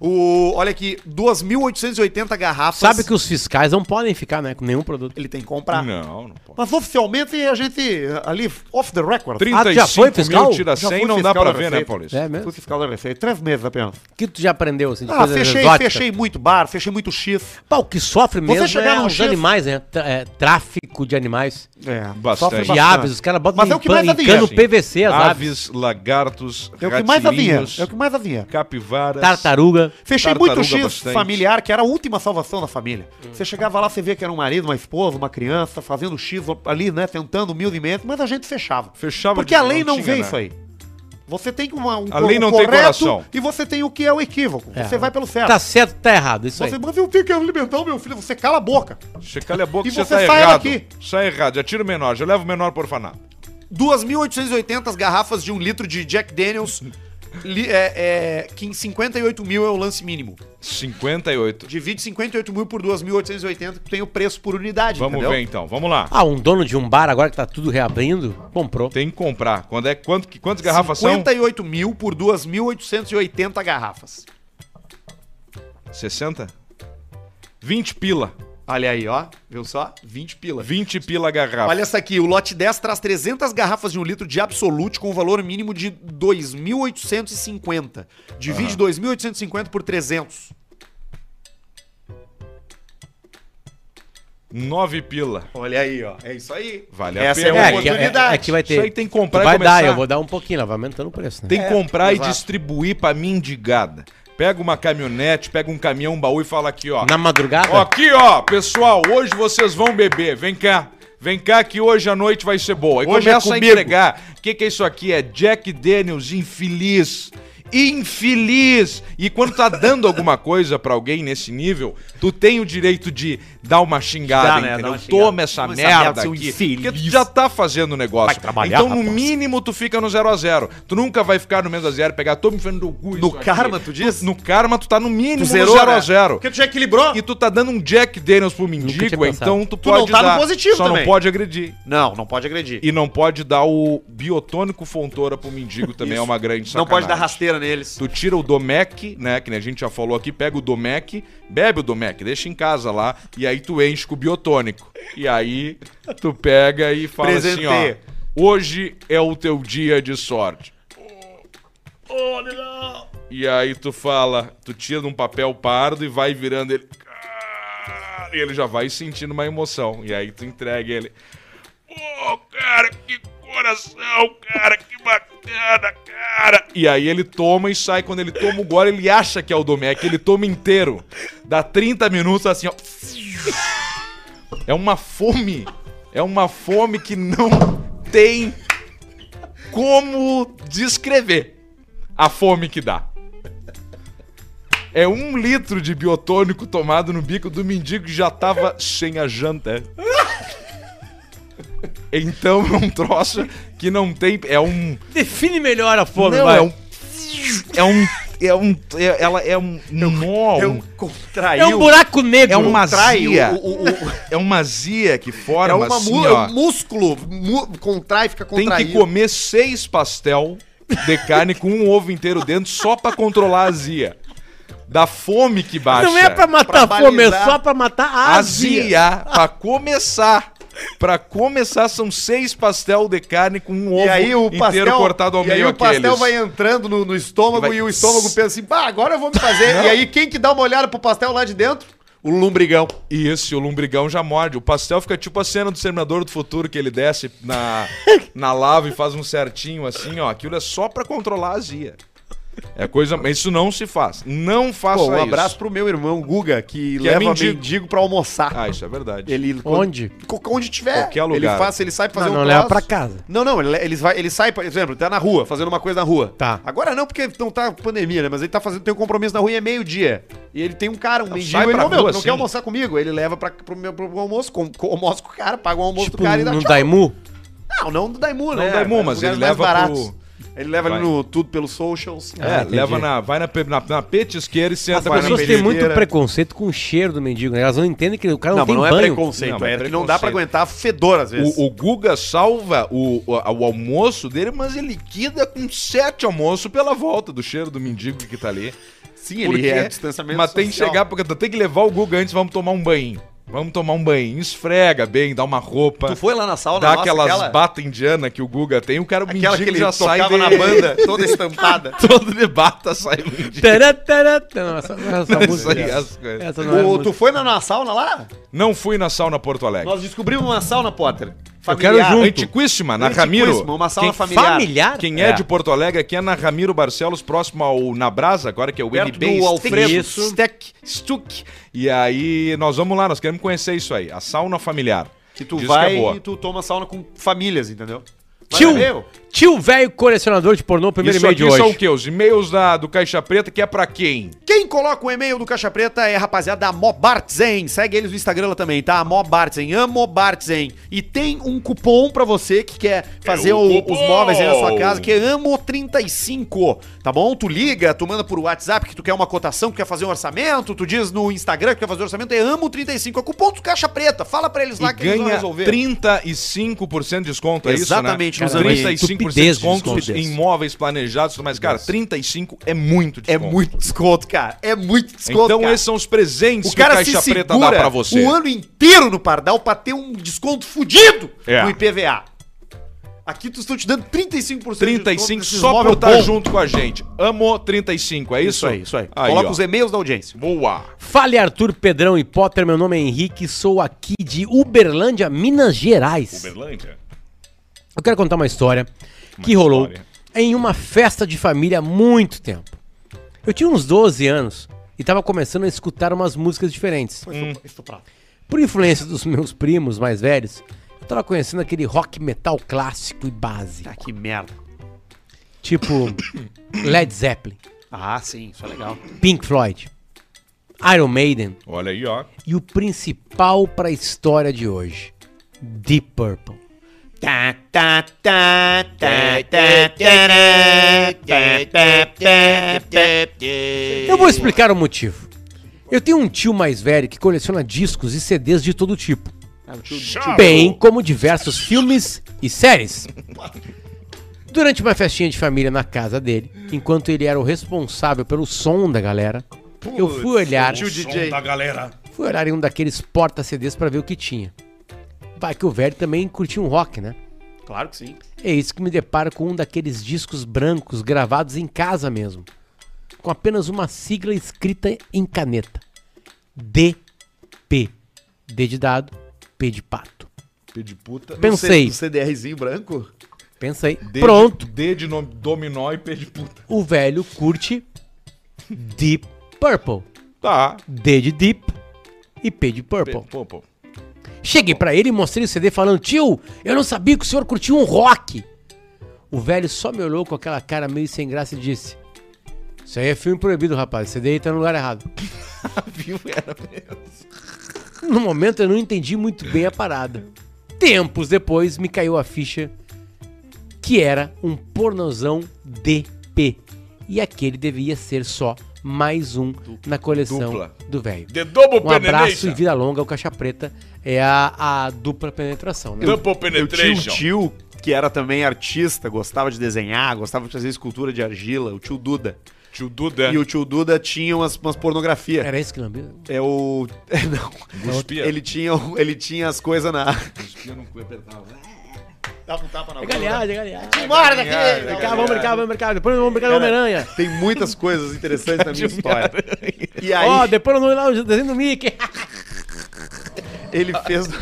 O, olha aqui, 2.880 garrafas.
Sabe que os fiscais não podem ficar, né, com nenhum produto.
ele tem que comprar.
Não, não pode.
Mas oficialmente a gente ali off the record.
35
já foi fiscal?
mil tira
Já
100,
foi
não dá
Ah, fiscal
pra
da
ver, né,
Receita.
Paulista?
É
Fui
mesmo?
fiscal da Receita, três meses apenas.
O que tu já aprendeu, assim, de
Ah,
coisas
fechei,
exóticas?
fechei muito bar, fechei muito chifre.
Pá, o que sofre mesmo
chegar
é
num
os
chefe-
animais, né? Tra- é, tráfico de animais.
É,
Bastante.
sofre
De aves, os caras botam
Mas é o que mais
em
dá dinheiro,
cano
sim.
PVC, as aves.
Aves, lagartos,
É o que mais dá dinheiro.
ratilinhos,
É o que mais dá dinheiro.
capivaras.
Tartaruga.
Fechei
Tartaruga
muito chifre
bastante.
familiar, que era a última salvação da família. Você chegava lá, você via que era um marido, uma esposa, uma criança, fazendo X ali, né? Tentando humildemente, mas a gente fechava.
Fechava
Porque
de-
a lei não,
não tinha,
vê
né?
isso aí. Você tem uma, um
A lei
o
não tem coração.
e você tem o que é o equívoco.
É.
Você vai pelo certo.
Tá certo, tá errado, isso aí.
você, mas eu tenho que alimentar o meu filho. Você cala a boca.
Você calha a boca,
E
você
você
tá
sai
errado.
daqui.
Sai errado, já tira o menor, já leva o menor pro orfanato.
2.880 garrafas de um litro de Jack Daniels, li- é, é, que em 58 mil é o lance mínimo.
58.
Divide 58 mil por 2.880, que tem o preço por unidade,
Vamos
entendeu?
ver então, vamos lá.
Ah, um dono de um bar agora que tá tudo reabrindo, comprou.
Tem que comprar. Quando é, quanto, que- quantas garrafas
58 mil por 2.880 garrafas.
são? 60? 20 pila.
Olha aí, ó. Viu só? 20 pila.
20 pila a garrafa.
Olha essa aqui, o lote 10 traz 300 garrafas de um litro de Absolute com um valor mínimo de 2.850. Divide 2.850 por 300.
9 pila.
Olha aí, ó. É isso aí.
Vale a
Essa
pena.
é uma
É, que,
oportunidade.
é, é que vai ter.
Isso aí tem que comprar
Tu
e
Vai dar,
começar.
eu vou dar um pouquinho, ela vai aumentando o preço, né?
Tem que comprar e
exato.
distribuir pra mendigada. Pega uma caminhonete, pega um caminhão, um baú e fala aqui, ó.
Na madrugada?
Ó, Aqui, ó, pessoal, hoje vocês vão beber. Vem cá. Vem cá que hoje a noite vai ser boa. E
Hoje é
começa a
comigo.
entregar. O que, que é isso aqui? É Jack Daniels infeliz. Infeliz! E quando tá dando alguma coisa pra alguém nesse nível, tu tem o direito de dar uma xingada,
Dá, né? Dá
entendeu?
uma xingada.
Toma essa
Toma essa
merda,
merda, seu
aqui.
infeliz.
Porque tu já tá fazendo o negócio.
Vai trabalhar,
então, no
rapaz.
mínimo, tu fica no 0 a 0 Tu nunca vai ficar no menos a zero, pegar, tô me enfiando no cu.
No
isso aqui.
karma, tu diz?
No karma, tu tá no mínimo
zerou,
no 0 a
né?
0
Porque tu já equilibrou?
e tu tá dando um Jack Daniels pro
Nunca
mendigo,
tinha pensado.
então tu,
Tu
pode
não tá no
dar,
positivo
só não
também.
pode agredir.
Não, não pode agredir.
E não pode dar o biotônico fontora pro mendigo também é
Isso.
uma grande sacanagem.
não pode dar rasteira neles.
Tu tira o Domec, né, que nem a gente já falou aqui, pega o Domec, bebe o Domec, deixa em casa lá, e aí tu enche com o biotônico. E aí tu pega e fala assim,
Presentei.
ó, hoje é o teu dia de sorte. E aí tu fala, tu tira de um papel pardo e vai virando ele. Cara, E ele já vai sentindo uma emoção. E aí tu entrega ele. Ô, cara, que coração, cara, que bacana, cara. E aí ele toma e sai. Quando ele toma o gole, ele acha que é o Domecq. Ele toma inteiro. Dá 30 minutos assim, ó. É uma fome. É uma fome que não tem como descrever a fome que dá. É um litro de biotônico tomado no bico do mendigo que já tava sem a janta. Então é um troço que não tem. É um.
Define melhor a fome,
Não,
vai.
é um. É um. É um. é- ela é um nó. um-
contraiu.
É um buraco negro.
é uma
Trai o-
zia.
o- o- o-
É uma zia que
É
forma
uma
assim,
mu-
ó.
músculo. mu- contrai, fica
Tem
contraído.
que comer seis pastel de carne com um ovo inteiro dentro só pra controlar a zia. Da fome que baixa.
Não é pra matar
Pra
a fome, é
balizar.
só pra matar Tipo a azia.
Azia, pra começar. Pra começar, são seis pastel de carne com um ovo
E aí o
inteiro
pastel,
cortado ao
e aí
meio
o pastel
aqueles.
vai entrando no, no estômago
Vai-
e o estômago pensa assim, bah, agora eu vou me fazer. e aí quem que dá uma olhada pro pastel lá de dentro? O lombrigão.
Isso, e o lombrigão já morde. O pastel fica tipo a cena do Exterminador do Futuro, que ele desce na,
[laughs]
na lava e faz um certinho assim, ó. Aquilo é só pra controlar a azia. É coisa... mas Isso não se faz. Não faça
Pô,
isso.
um abraço pro meu irmão Guga, que,
Que é
leva mendigo.
mendigo.
pra almoçar.
Ah, isso é verdade.
Ele
Onde?
co- onde tiver.
Qualquer lugar.
Ele faz, ele sai pra fazer um
Não, não leva
troço.
pra casa.
Não, não, ele, ele vai, ele sai, por exemplo, ele tá na rua, fazendo uma coisa na rua.
Tá.
Agora não, porque não tá pandemia, né? Mas ele tá fazendo, tem um compromisso na rua e é meio-dia. E ele tem um cara, um mendigo,
sai
ele,
pra
"Ô, meu,
rua,
tu não
sim.
quer almoçar comigo? Ele leva pra, pro, meu, pro almoço, com, com- almoço com o cara, paga o almoço
Tipo,
do cara e dá
no
tchau.
Daimu.
Não, não do Daimu, né?
Não Daimu,
Nos
mas ele
lugares mais
leva
baratos.
pro-
Ele leva ali
Vai.
no tudo pelos socials.
É,
Ah, entendi.
leva na, vai na, pe- na, na petisqueira e senta
As
vai
As
na
pessoas têm muito
periqueira.
preconceito com o cheiro do mendigo, né? Elas não entendem que o cara
Não, mas
não, tem
não é
banho.
preconceito,
Não,
é,
mas
que não dá pra
preconceito.
aguentar fedor às vezes.
O, o Guga salva o, o, o almoço dele, mas ele liquida com sete almoços pela volta do cheiro do mendigo que tá ali.
Sim, é
Porque, mas tem que
social.
chegar, porque tem que levar o Guga antes, vamos tomar um banho. Vamos tomar um banho. Esfrega bem, dá uma roupa.
Tu foi lá na sauna,
Dá
nossa,
aquelas
aquela-
bata indiana que o Guga tem, o cara o
Aquela que
mendigo
ele
já sai
tocava
de-
na banda, toda estampada.
[laughs]
[laughs] Todo de bata sai o mendigo.
Tará, tará, tará. Não, essa, essa
Isso
música-
aí, as coisas.
essa não é
O-
música.
tu foi na, na sauna lá?
Não fui na sauna Porto Alegre.
Nós descobrimos uma sauna, Potter.
quero junto.
Antiquíssima, na
Antiquíssima,
Ramiro.
Uma sauna
Quem-
familiar.
Familiar?
Quem é. de Porto Alegre aqui é na Ramiro Barcelos, próximo ao Na Brasa, agora que é o
Perto
NB
do
Steak-
Alfredo.
Isso. Steak Stuck. E aí nós vamos lá, nós queremos conhecer isso aí, a sauna familiar.
Que tu
Diz que
vai
é boa.
e tu toma sauna com famílias, entendeu? Mas
Tio,
é meu.
tio velho colecionador de pornô, primeiro
Isso
e-mail
aqui
de hoje.
são o quê? Os e-mails da, do Caixa Preta, que é pra quem?
Quem coloca o e-mail do Caixa Preta é a rapaziada da Mobartzen. Segue eles no Instagram lá também, tá? Mobartzen, amo Bartzen. E tem um cupom pra você que quer fazer
É o
o-
cupom.
os móveis aí na sua casa, que é AMO35, tá bom? Tu liga, tu manda por WhatsApp que tu quer uma cotação, que quer fazer um orçamento, tu diz no Instagram que quer fazer um orçamento, é AMO35, é cupom do Caixa Preta. Fala pra eles lá
e
que eles vão
ganha
resolver.
35% de desconto, é isso, né?
Exatamente, nos
Cara,
anos-
35% de
Estupidez de
desconto
desconto.
em móveis planejados, e tudo mais. cara, 35 é muito
É
desconto.
muito desconto, cara. É muito desconto,
Então
cara.
esses são os presentes
O cara
que o Caixa
se
Preta dá
segura
pra você.
o ano inteiro no Pardal pra ter um desconto fudido
É.
no IPVA. Aqui tu estão te dando 35%
35
desses
só por
móvel
estar
bom.
junto com a gente. Amo 35, é
Isso
isso?
aí, isso aí.
Coloca
Coloca
ó.
os e-mails da audiência.
Boa.
Fale Arthur, Pedrão e Potter, meu nome é Henrique, sou aqui de Uberlândia, Minas Gerais.
Uberlândia.
Eu quero contar uma história que rolou
história.
em uma festa de família há muito tempo. Eu tinha uns 12 anos e estava começando a escutar umas músicas diferentes.
Hum.
Por influência dos meus primos mais velhos, eu tava conhecendo aquele rock metal clássico e base,
Ah, que merda.
tipo [coughs] Led Zeppelin,
Ah, sim, isso é legal.
Pink Floyd, Iron Maiden
Olha aí, ó.
e o principal para a história de hoje, Deep Purple.
Ta ta ta ta ta ta ta ta ta ta ta.
Eu vou explicar o motivo. Eu tenho um tio mais velho que coleciona discos e CDs de todo tipo, bem como diversos filmes e séries. Durante uma festinha de família na casa dele, enquanto ele era o responsável pelo som da galera, eu fui olhar,
Tio DJ.
fui olhar em um daqueles porta-CDs para ver o que tinha. Vai que o velho também curtia um rock, né?
Claro que sim.
É isso que me deparo com um daqueles discos brancos gravados em casa mesmo, com apenas uma sigla escrita em caneta: DP. D de dado, P de pato.
P de puta.
Pensei,
Um CDRzinho branco?
pensei.
D de-
Pronto,
D de nome, dominó e P de puta.
o velho curte Deep Purple.
Tá.
D de Deep e P de Purple.
Pô, pô.
Cheguei pra ele e mostrei o CD falando: Tio, eu não sabia que o senhor curtia um rock. O velho só me olhou com aquela cara meio sem graça e disse: Isso aí é filme proibido, rapaz. O CD aí tá no lugar errado.
[laughs] Viu? Era mesmo.
No momento eu não entendi muito bem a parada. Tempos depois me caiu a ficha que era um pornozão DP. E aquele devia ser só mais um na coleção
Dupla.
do velho.
The double
Um abraço e
penetration.
vida longa, o Caixa Preta é a, a dupla penetração, né?
Double
Eu tinha um
penetration.
tio que era também artista, gostava de desenhar, gostava de fazer escultura de argila, o tio Duda.
Tio Duda.
É.
E o tio Duda tinha umas, umas pornografias.
Era isso que lambia?
É o. [laughs] É, não.
Cuspia.
é?
Ele tinha, o- ele tinha as coisas na. [laughs]
Cuspia no cu e apertava.
Dava um tapa na
É galeada, é galeada.
Bora daqui!
Brincar, vamos brincar, vamos brincar. Depois nós vamos brincar no Homem-Aranha.
Tem muitas coisas interessantes na minha
[laughs]
história. E tá aí,
um
Tá
Ó, depois nós vamos lá o desenho do Mickey.
ele fez. [laughs]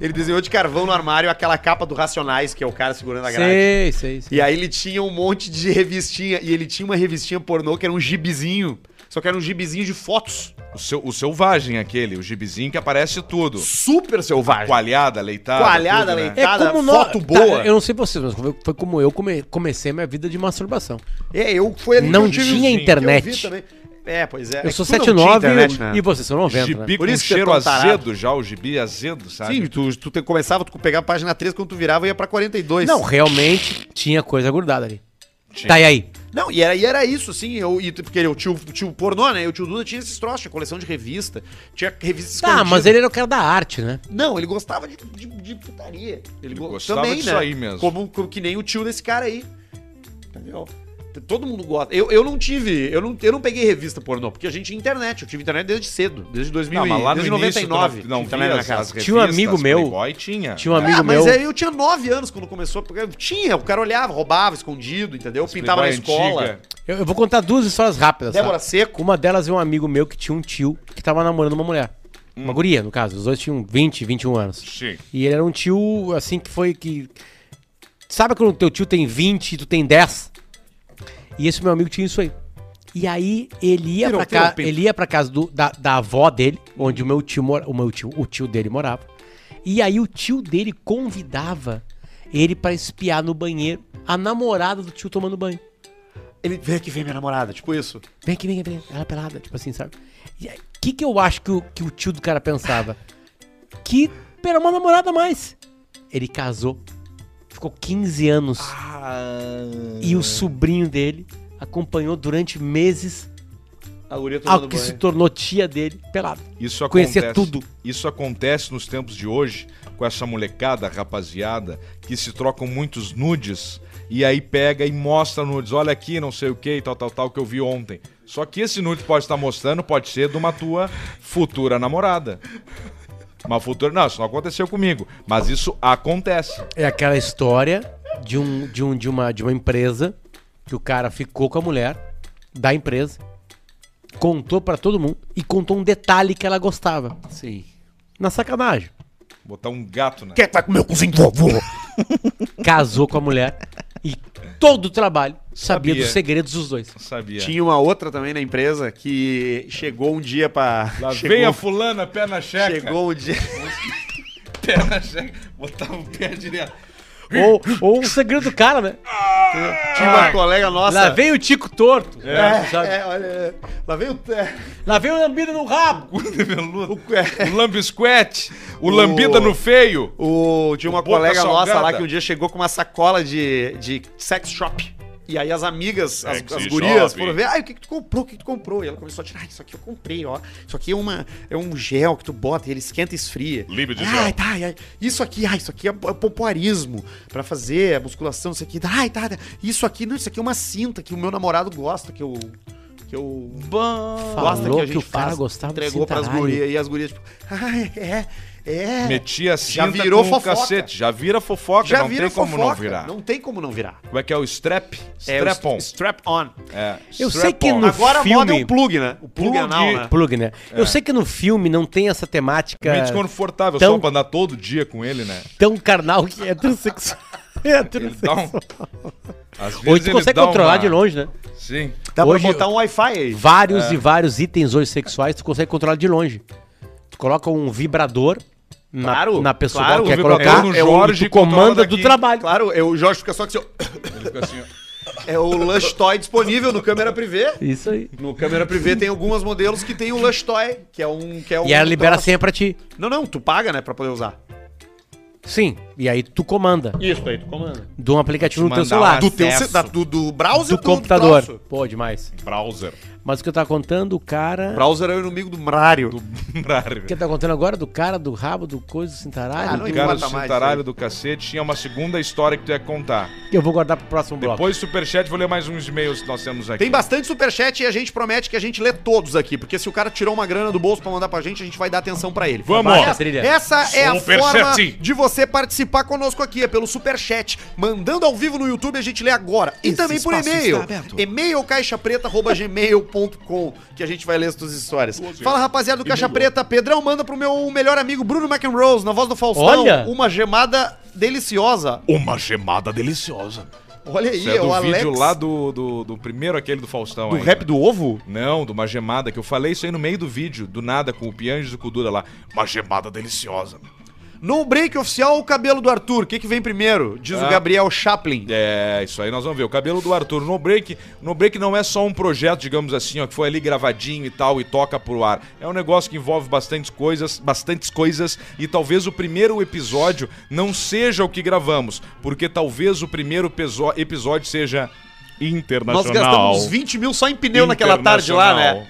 Ele desenhou de carvão no armário aquela capa do Racionais, que é o cara segurando a grade.
Sei, sei, sei.
E aí ele tinha um monte de revistinha. E ele tinha uma revistinha pornô que era um gibizinho. Só que era um gibizinho de fotos.
O, seu, o selvagem aquele, o gibizinho que aparece tudo.
Super selvagem.
Coalhada, leitada.
Coalhada,
tudo, né?
leitada.
É
Cada
como
foto boa.
eu não sei vocês, mas foi- foi como eu come- comecei minha vida de masturbação.
É, eu foi ali
Não
que eu tive
tinha
os- que eu
internet.
vi também. É, pois é.
Eu sou
É que tu não tinha
79
internet,
e,
né?
e vocês são 90. né?
Gibi
Por
com
isso que é
cheiro
tão tarado.
azedo já, o gibi é azedo, sabe?
Sim, tu, tu te- começava, tu pegava a página 3, quando tu virava ia pra 42.
Não, realmente tinha coisa grudada ali.
Tinha.
Tá, e aí?
Não, e era, e era isso, sim. Eu, e, tu- porque o tio, o tio pornô, né? E o tio Duda tinha esses troços, tinha coleção de revista, tinha revista
Tá, mas ele era o cara da arte, né?
Não, ele gostava de, de, de putaria. Ele, go- né?
gostava disso aí mesmo.
Como, como que nem o tio desse cara aí. Entendeu? Todo mundo gosta. Eu, eu não tive, eu não, eu não peguei revista pornô, porque a gente tinha internet. Eu tive internet desde cedo, desde 2000,
Não,
e-
mas lá no
desde
início, tu
99.
não,
tinha
não via
internet na
as,
casa.
as revistas,
Tinha um amigo meu-
Playboy tinha.
Tinha um
Ah,
amigo
mas
meu.
aí eu tinha 9 anos quando começou, porque tinha, o cara olhava, roubava, escondido, entendeu? Pintava na
Playboy
escola.
antiga.
Eu, eu vou contar duas histórias rápidas. tá?
Débora Seco.
Uma delas é um amigo meu que tinha um tio que tava namorando uma mulher.
Hum.
Uma guria, no caso. Os dois tinham 20, 21 anos.
Sim.
E ele era um tio, assim, que foi que. Sabe quando teu tio tem 20 e tu tem 10? E esse meu amigo tinha isso aí. E aí ele ia
Pirou,
pra,
pirou,
ca...
pirou.
ele ia pra casa do- da, da avó dele, onde o meu tio mora... o meu tio, o tio dele morava. E aí o tio dele convidava ele pra espiar no banheiro a namorada do tio tomando banho.
Ele vem aqui, vem minha namorada, tipo isso.
Vem aqui, vem aqui, vem aqui. Ela pelada, tipo assim, sabe? E aí, que que eu acho que o, que o tio do cara pensava? Que era uma namorada a mais. Ele casou, ficou 15 anos. E o sobrinho dele acompanhou durante meses
A guria tomando
ao que se
banho.
tornou tia dele, pelado.
Isso acontece,
Conhecia tudo.
Isso acontece nos tempos de hoje, com essa molecada, rapaziada, que se trocam muitos nudes e aí pega e mostra nudes. Olha aqui, não sei o que, tal, tal, tal, que eu vi ontem. Só que esse nude pode estar mostrando, pode ser de uma tua futura namorada. Uma futura. Não, isso não aconteceu comigo. Mas isso acontece.
É aquela história de, um, de, um, de, uma, de uma empresa que o cara ficou com a mulher da empresa, contou pra todo mundo e contou um detalhe que ela gostava.
Sim.
Na sacanagem.
Botar um gato na.
Quer que vai comer o cozinho do vovô?
casou com a mulher e todo o trabalho sabia,
Sabia.
dos segredos dos dois.
Sabia.
Tinha uma outra também na empresa que chegou um dia pra.
Lá
chegou, um-
vem a fulana, pé na checa.
chegou um dia. [laughs]
Pé na checa. Botava o um pé direto.
Ou, ou o segredo do cara, né?
Tinha uma colega nossa.
Lá vem o Tico torto. né? sabe?
É, olha. é. Lá vem o. é,
Lá vem o lambida no rabo.
o, é,
O lambisquete, o lambida no feio.
o- tinha uma
Boca
colega nossa lá
salgada.
que um dia chegou com uma sacola de, de sex shop. E aí as amigas, as,
Sex
as gurias
shop.
foram ver, ai, o que, que tu comprou? O que, que tu comprou? E ela começou a tirar, "Ah, isso aqui eu comprei, ó. Isso aqui é, uma, é um gel que tu bota e ele esquenta e esfria.
Livre de
ai,
gel.
tá, ai, isso aqui, ai, isso aqui é po- é pompoarismo pra fazer a musculação, isso aqui. Ai, tá, tá. isso aqui, não, isso aqui é uma cinta que o meu namorado gosta, que eu. Que eu
Falou que, o cara gostava de
entregou pras
cintaralho.
gurias e as gurias, tipo, ai, é, é.
Metia a cinta
Já virou
com o
fofoca.
cacete. Já vira fofoca,
Já
não
vira
tem como
fofoca.
não virar.
Não tem como não virar.
Como é que é o strap?
É o
Strap-on.
st- Strap on.
É,
Eu sei que
strap-on.
no
Agora a moda é
filme-
o plug, né? O plug,
Plug.
anal, né?
Plug, né? Eu sei que no filme não tem essa temática
Meio desconfortável,
Então-
só pra andar todo dia com
[laughs]
ele, né?
tão carnal que é heterossexual. É
Dá
heterossexual.
um... Às vezes
Hoje tu
ele
consegue
dá
controlar
uma-
de longe, né?
Sim.
Dá
Hoje-
pra botar um Wi-Fi aí.
Vários e vários itens hoje sexuais tu consegue controlar de longe. Tu coloca um vibrador na,
Claro,
na pessoa
claro,
que quer
o
colocar. é
vibrador no
e tu
Jorge e
comanda
controla
do
daqui.
trabalho.
Claro, é, o Jorge fica só que assim, ó.
Fica assim, ó.
[coughs] é o Lush Toy disponível no câmera privê.
Isso aí.
No câmera privê tem alguns modelos que tem o Lush Toy, que é um que é um
E ela libera a
troço-
senha pra ti.
Não, não, tu paga, né, pra poder usar.
Sim. E aí tu comanda.
Isso aí, tu comanda.
De um aplicativo no teu
Mandar
celular.
uma
Do,
Do teu
Acesso.
ce- da- do, do browser
do
ou
computador.
troço?
Pô, demais.
[laughs]
Browser.
Mas o que eu tava contando, o cara.
Browser é o inimigo do Mario.
O que eu tava contando agora do cara do rabo do coisa assim, do cintaralho?
Ah,
O
não
cara
importa
do
mais,
cintaralho
né?
do cacete tinha uma segunda história que tu ia contar.
Eu vou guardar pro próximo bloco.
Depois superchat, vou ler mais uns e-mails que nós temos aqui.
Tem bastante superchat e a gente promete que a gente lê todos aqui, porque se o cara tirou uma grana do bolso pra mandar pra gente, a gente vai dar atenção pra ele.
Vamos.
Baixa a
Essa-
trilha.
Essa é a
Superchat.
forma de você participar conosco aqui, é pelo Superchat. Mandando ao vivo no YouTube, a gente lê agora. E também por e-mail. E-mail caixapreta.gmail.com, que a gente vai ler as tuas histórias. Fala, rapaziada do Caixa Preta. Pedrão, manda pro meu melhor amigo Bruno McEnroe, na voz do Faustão,
Olha.
uma gemada deliciosa.
Uma gemada deliciosa.
Olha aí,
Isso é
o
do
Alex.
vídeo lá do, do, do primeiro, aquele do Faustão.
do
ainda.
rap do ovo?
Não, de uma gemada, que eu falei isso aí no meio do vídeo, do nada, com o Pianges e o Kudura lá.
Uma gemada deliciosa.
No break oficial, o cabelo do Arthur. O que, que vem primeiro? Diz o
Ah.
Gabriel Chaplin.
É, isso aí nós vamos ver. O cabelo do Arthur no break. No break não é só um projeto, digamos assim, ó, que foi ali gravadinho e tal e toca pro ar. É um negócio que envolve bastantes coisas, bastantes coisas e talvez o primeiro episódio não seja o que gravamos, porque talvez o primeiro peso- episódio seja
Internacional.
Nós gastamos 20 mil só em pneu naquela tarde lá, né?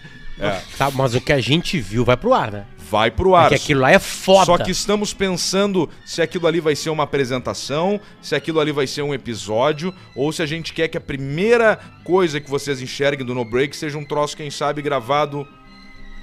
Tá, mas o que a gente viu vai pro ar, né?
vai pro ar.
Porque aquilo lá é foda.
Só que estamos pensando se aquilo ali vai ser uma apresentação, se aquilo ali vai ser um episódio, ou se a gente quer que a primeira coisa que vocês enxerguem do No Break seja um troço, quem sabe, gravado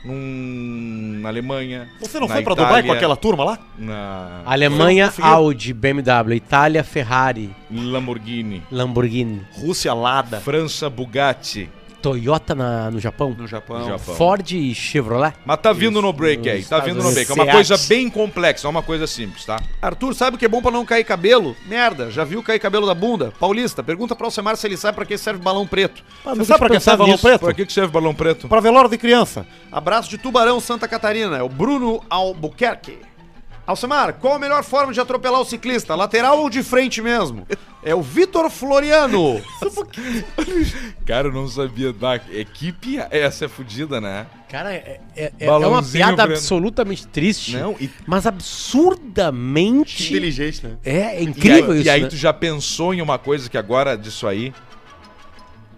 num... na Alemanha.
Você não
na
foi pra Dubai com
Itália,
aquela turma lá?
Na
Alemanha,
Eu- eu-
Audi, BMW, Itália, Ferrari,
Lamborghini.
Lamborghini,
Rússia Lada.
França, Bugatti.
Toyota na- no Japão,
No Japão.
No Japão.
Ford e Chevrolet.
Mas tá vindo no break
nos
aí, tá
Estados
vindo no
Unidos.
break. É uma
Seat.
coisa bem complexa, não é uma coisa simples, tá?
Arthur, sabe o que é bom pra não cair cabelo? Merda, já viu cair cabelo da bunda? Paulista, pergunta pro Alcemar se ele sabe pra que serve balão preto. Você sabe pra que serve balão preto?
Pra que que serve o balão preto?
Pra velório de criança. Abraço de Tubarão, Santa Catarina. É o Bruno Albuquerque. Alcemar, qual a melhor forma de atropelar o ciclista? Lateral ou de frente mesmo? É o Vitor Floriano.
Cara, eu não sabia da equipe. Essa é fodida, né?
Cara, é, é- é- é uma
Balãozinho
piada
branco.
absolutamente triste,
Não, e
mas absurdamente...
[laughs] Inteligente, né?
É, é incrível
e aí,
isso,
E aí
né?
tu já pensou em uma coisa que agora disso aí?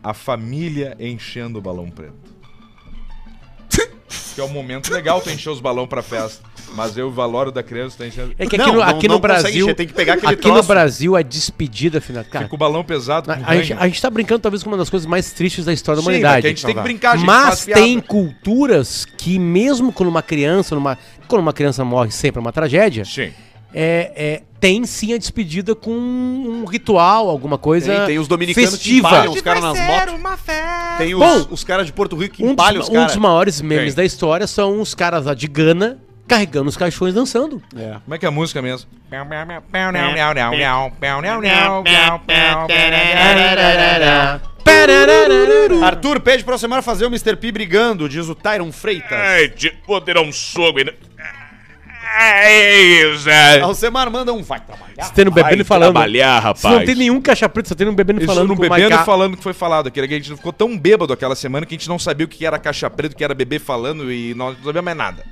A família enchendo o balão preto. que é um momento legal tu encher os balão pra festa. Mas eu, o valório da criança, tá enchendo.
É que
Não,
aqui no,
não-
aqui
não
no Brasil...
consegue encher, tem que pegar aquele
aqui no
troço.
Brasil é despedida, afinal. Cara,
Fica o balão pesado. com
a, a gente,
ranho.
a gente tá brincando talvez com uma das coisas mais tristes da história da
Sim, mas
humanidade.
que a gente tem que brincar, a gente
Mas
faz piada.
tem culturas que mesmo quando uma criança, numa, quando uma criança morre sempre é uma tragédia,
Sim.
é, é, tem sim a despedida com um ritual, alguma coisa
Tem, tem os dominicanos
festiva.
que empalham os caras nas motos. Tem os,
Bom,
os caras de Porto Rico que
Um
empalham
dos,
os
um dos
caras.
maiores memes
Tem.
da história são os caras lá de Gana carregando os caixões dançando.
Como é que é a música mesmo?
Tá
Arthur, pede pro Alcemar fazer o Mr. P brigando, diz o Tyron Freitas.
Ai, de poder a um soco. e não- É isso, é.
Alcemar manda um vai trabalhar.
Tendo bebendo e falando.
trabalhar, rapaz.
Se não tem nenhum caixa preta, só tem um bebendo e
Eles
falando
foram
com o
bebendo e
Maiká.
falando o que foi falado. Aquele que a gente ficou tão bêbado aquela semana que a gente não sabia o que era caixa preta, o que era bebê falando e nós não sabíamos mais nada.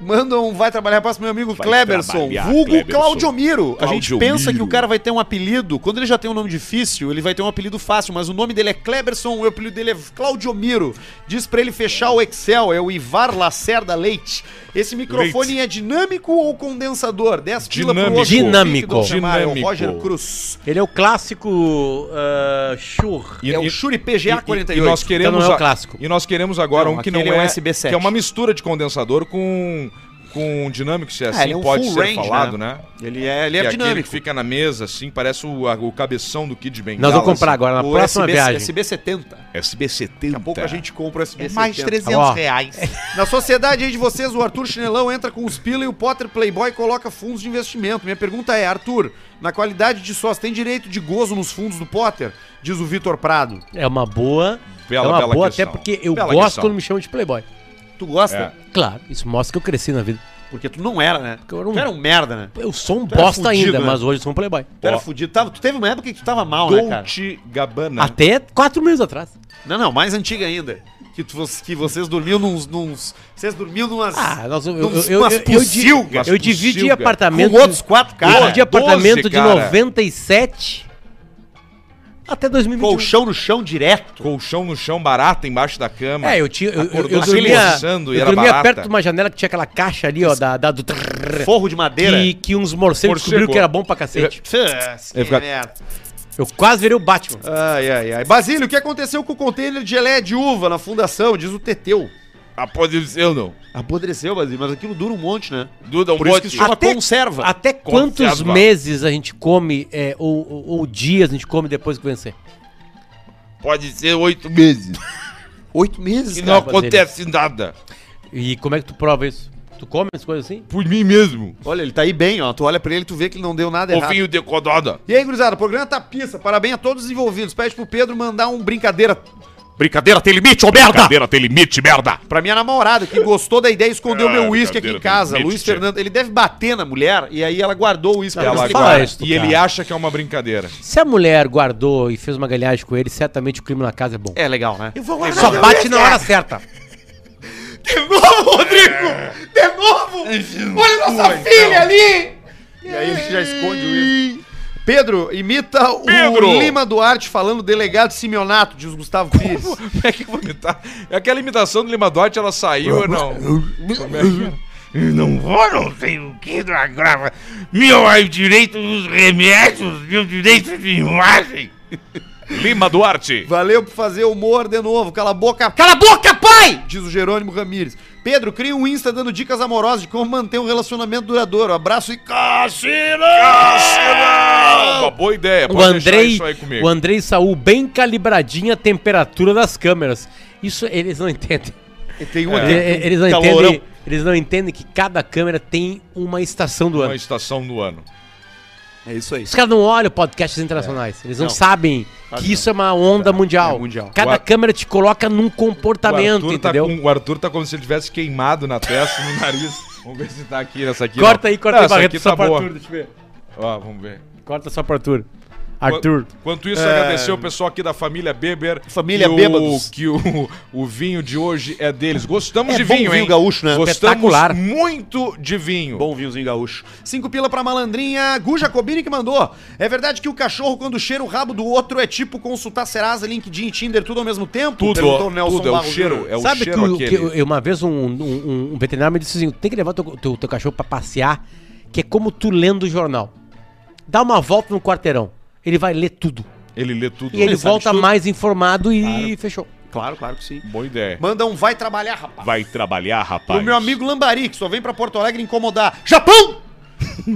Manda um vai trabalhar para meu amigo
Vai
Kleberson,
trabalhar,
vulgo
Kleberson.
Claudiomiro. A gente
Claudiomiro.
pensa que o cara vai ter um apelido. Quando ele já tem um nome difícil, ele vai ter um apelido fácil, mas o nome dele é Kleberson, o apelido dele é Claudiomiro. Diz pra ele fechar o Excel, é o Ivar Lacerda Leite. Esse microfone é dinâmico ou condensador? 10 pila pro
Dinâmico.
outro.
Dinâmico.
Pique do Alcemar, é o
Dinâmico.
Roger Cruz.
Ele é o clássico ah, Shure.
E-
é o
e-
Shure PGA
E,
48.
e nós queremos
Então não é o
a-
clássico.
E nós queremos agora
Não,
um que não
aquele
é,
é USB 7.
que é uma mistura de condensador com com dinâmico, se assim
ele é um
pode
full
ser
range,
falado, né?
Ele é, ele é
Que aquele
dinâmico.
que fica na mesa assim, parece o, a- o cabeção do Kid assim. Ben.
Nós vamos comprar agora na próxima viagem.
SB70.
SB70.
Daqui a pouco a gente compra o SB70.
Então. Ó. [laughs]
reais.
Na sociedade aí de vocês, o Arthur Chinelão entra com os pila e o Potter Playboy coloca fundos de investimento. Minha pergunta é, Arthur, na qualidade de sócio, tem direito de gozo nos fundos do Potter? Diz o Vitor Prado.
É uma boa.
Bela-
é uma
bela
boa,
questão.
até porque eu
Bela
gosto
questão.
quando me chamam de playboy.
Tu gosta?
Claro, isso mostra que eu cresci na vida.
Porque tu não era, né?
É. Porque eu era um-
Tu era um merda, né?
Eu sou um
Tu era
bosta
fudido,
ainda,
né?
mas hoje eu sou um playboy.
Tu era fudido. Tava, tu teve uma época que tu tava mal, né, cara?
Dolce Gabbana.
Até quatro meses atrás.
Não, não, mais antiga ainda. Que, tu, que vocês dormiam nos, nos. Vocês dormiam numas.
Ah, nós, eu, eu,
Uns-
eu, eu,
umas
eu,
pocilgas,
eu dividi
pocilga.
apartamento.
com outros quatro
eu
caras.
dividi apartamento de
cara.
97 até 2021.
Colchão no chão direto.
Colchão no chão, barata embaixo da cama.
É, eu tinha. Eu, eu,
Acordou
eu
se
dormia,
coçando e
eu
era
dormia
barata.
perto de uma janela que tinha aquela caixa ali, ó, da, da do. trrr,
Forro de madeira.
Que, que uns morcegos descobriram
Morcego.
que era bom pra cacete.
Putz, que
Ele fica-
merda.
Eu quase virei o Batman.
Ai, ai, ai. Basílio, o que aconteceu com o container de geleia de uva na fundação? Diz o Teteu.
Ah, Apodreceu, não.
Apodreceu, Basílio, mas aquilo dura um monte, né?
Duda, um
Por isso que
bote.
isso chama
Até-
conserva.
Até quantos meses a gente come, é, ou, ou- ou dias a gente come depois que vencer?
Pode ser oito meses.
Oito meses,
E não
Caramba,
acontece nada.
E como é que tu prova isso? Tu come as coisas assim?
Por mim mesmo.
Olha, ele tá aí bem, ó. Tu olha pra ele, tu vê que ele não deu nada Tá errado.
Ovinho de codorna.
E aí, gurizada, o programa tá pista. Parabéns a todos os envolvidos. Pede pro Pedro mandar um brincadeira. Brincadeira tem limite, ô merda!
Cadeira tem limite, merda.
Pra minha namorada, que gostou da ideia e escondeu
Ah,
meu uísque aqui em
brincadeira
casa.
tem
Luiz
limite.
Fernando, ele deve bater na mulher e aí ela guardou o uísque. pra
Ela
você.
fala
agora.
isso,
E
cara.
ele acha que é uma brincadeira.
Se a mulher guardou e fez uma galhagem com ele, certamente o crime na casa é bom.
É legal, né?
Só bate
É.
na hora certa.
E aí ele já esconde o uísque. Pedro, imita o
Pedro!
Lima Duarte falando delegado Simeonato, diz o Gustavo Pires.
[laughs] Como é que eu vou imitar? É aquela imitação do Lima Duarte, ela saiu ou não? Como é que é?
Eu não vou, não sei o que da grava. Meu é o direito dos remédios, meu direito de imagem. Lima Duarte.
Valeu por fazer humor de novo. Cala a boca. Cala a boca, pai! Diz o Jerônimo Ramires. Pedro, cria um Insta dando dicas amorosas de como manter um relacionamento duradouro. Abraço e
Ah, uma boa ideia.
O Andrei,
isso aí comigo.
o Andrei Saul, bem calibradinha a temperatura das câmeras. Isso eles não entendem.
Tem uma
Ele- ele- Eles, não
Calorão.
entendem eles não entendem que cada câmera tem uma estação do
Uma
ano.
estação do ano.
É isso aí.
Os caras não olham podcasts internacionais.
É.
Eles não, sabem
Ah,
que isso é uma onda mundial.
É mundial.
Cada
O Ar-
câmera te coloca num
o,
comportamento,
Arthur tá
entendeu?
com- o Arthur tá como se ele tivesse queimado na testa, no nariz. Vamos ver se tá aqui nessa aqui.
Corta
não.
aí, corta
Não,
aí,
essa
Barreto,
aqui
só
tá
pra
boa.
Arthur, deixa eu ver.
Ó, vamos ver.
Corta só pro Arthur. Arthur.
Enquanto isso, agradecer o pessoal aqui da família Beber.
É. Família
que o-
Bêbados.
Que o, o vinho de hoje é deles. Gostamos
É
de
bom
vinho,
vinho
hein?
gaúcho, né?
Gostamos
Espetacular.
muito de vinho.
Bom vinhozinho gaúcho. Cinco pila pra malandrinha. Gu Jacobini que mandou. É verdade que o cachorro, quando cheira o rabo do outro, é tipo consultar Serasa, LinkedIn e Tinder tudo ao mesmo tempo?
tudo,
Perguntou
ó,
o Nelson
tudo. É o
Barros
cheiro,
Júnior.
é o
Sabe que,
cheiro
o-
aquele.
que eu- eu- uma vez um, um- um veterinário me disse assim, tem que levar teu, teu, teu cachorro pra passear, que é como tu lendo o jornal. Dá uma volta no quarteirão. Ele vai ler tudo.
Ele lê tudo.
E ele,
sabe
volta
de tudo.
mais informado e fechou.
Claro, claro que sim.
Boa ideia.
Manda um vai trabalhar, rapaz.
Vai trabalhar, rapaz.
Pro meu amigo Lambari, que só vem pra Porto Alegre incomodar.
[laughs]
Japão!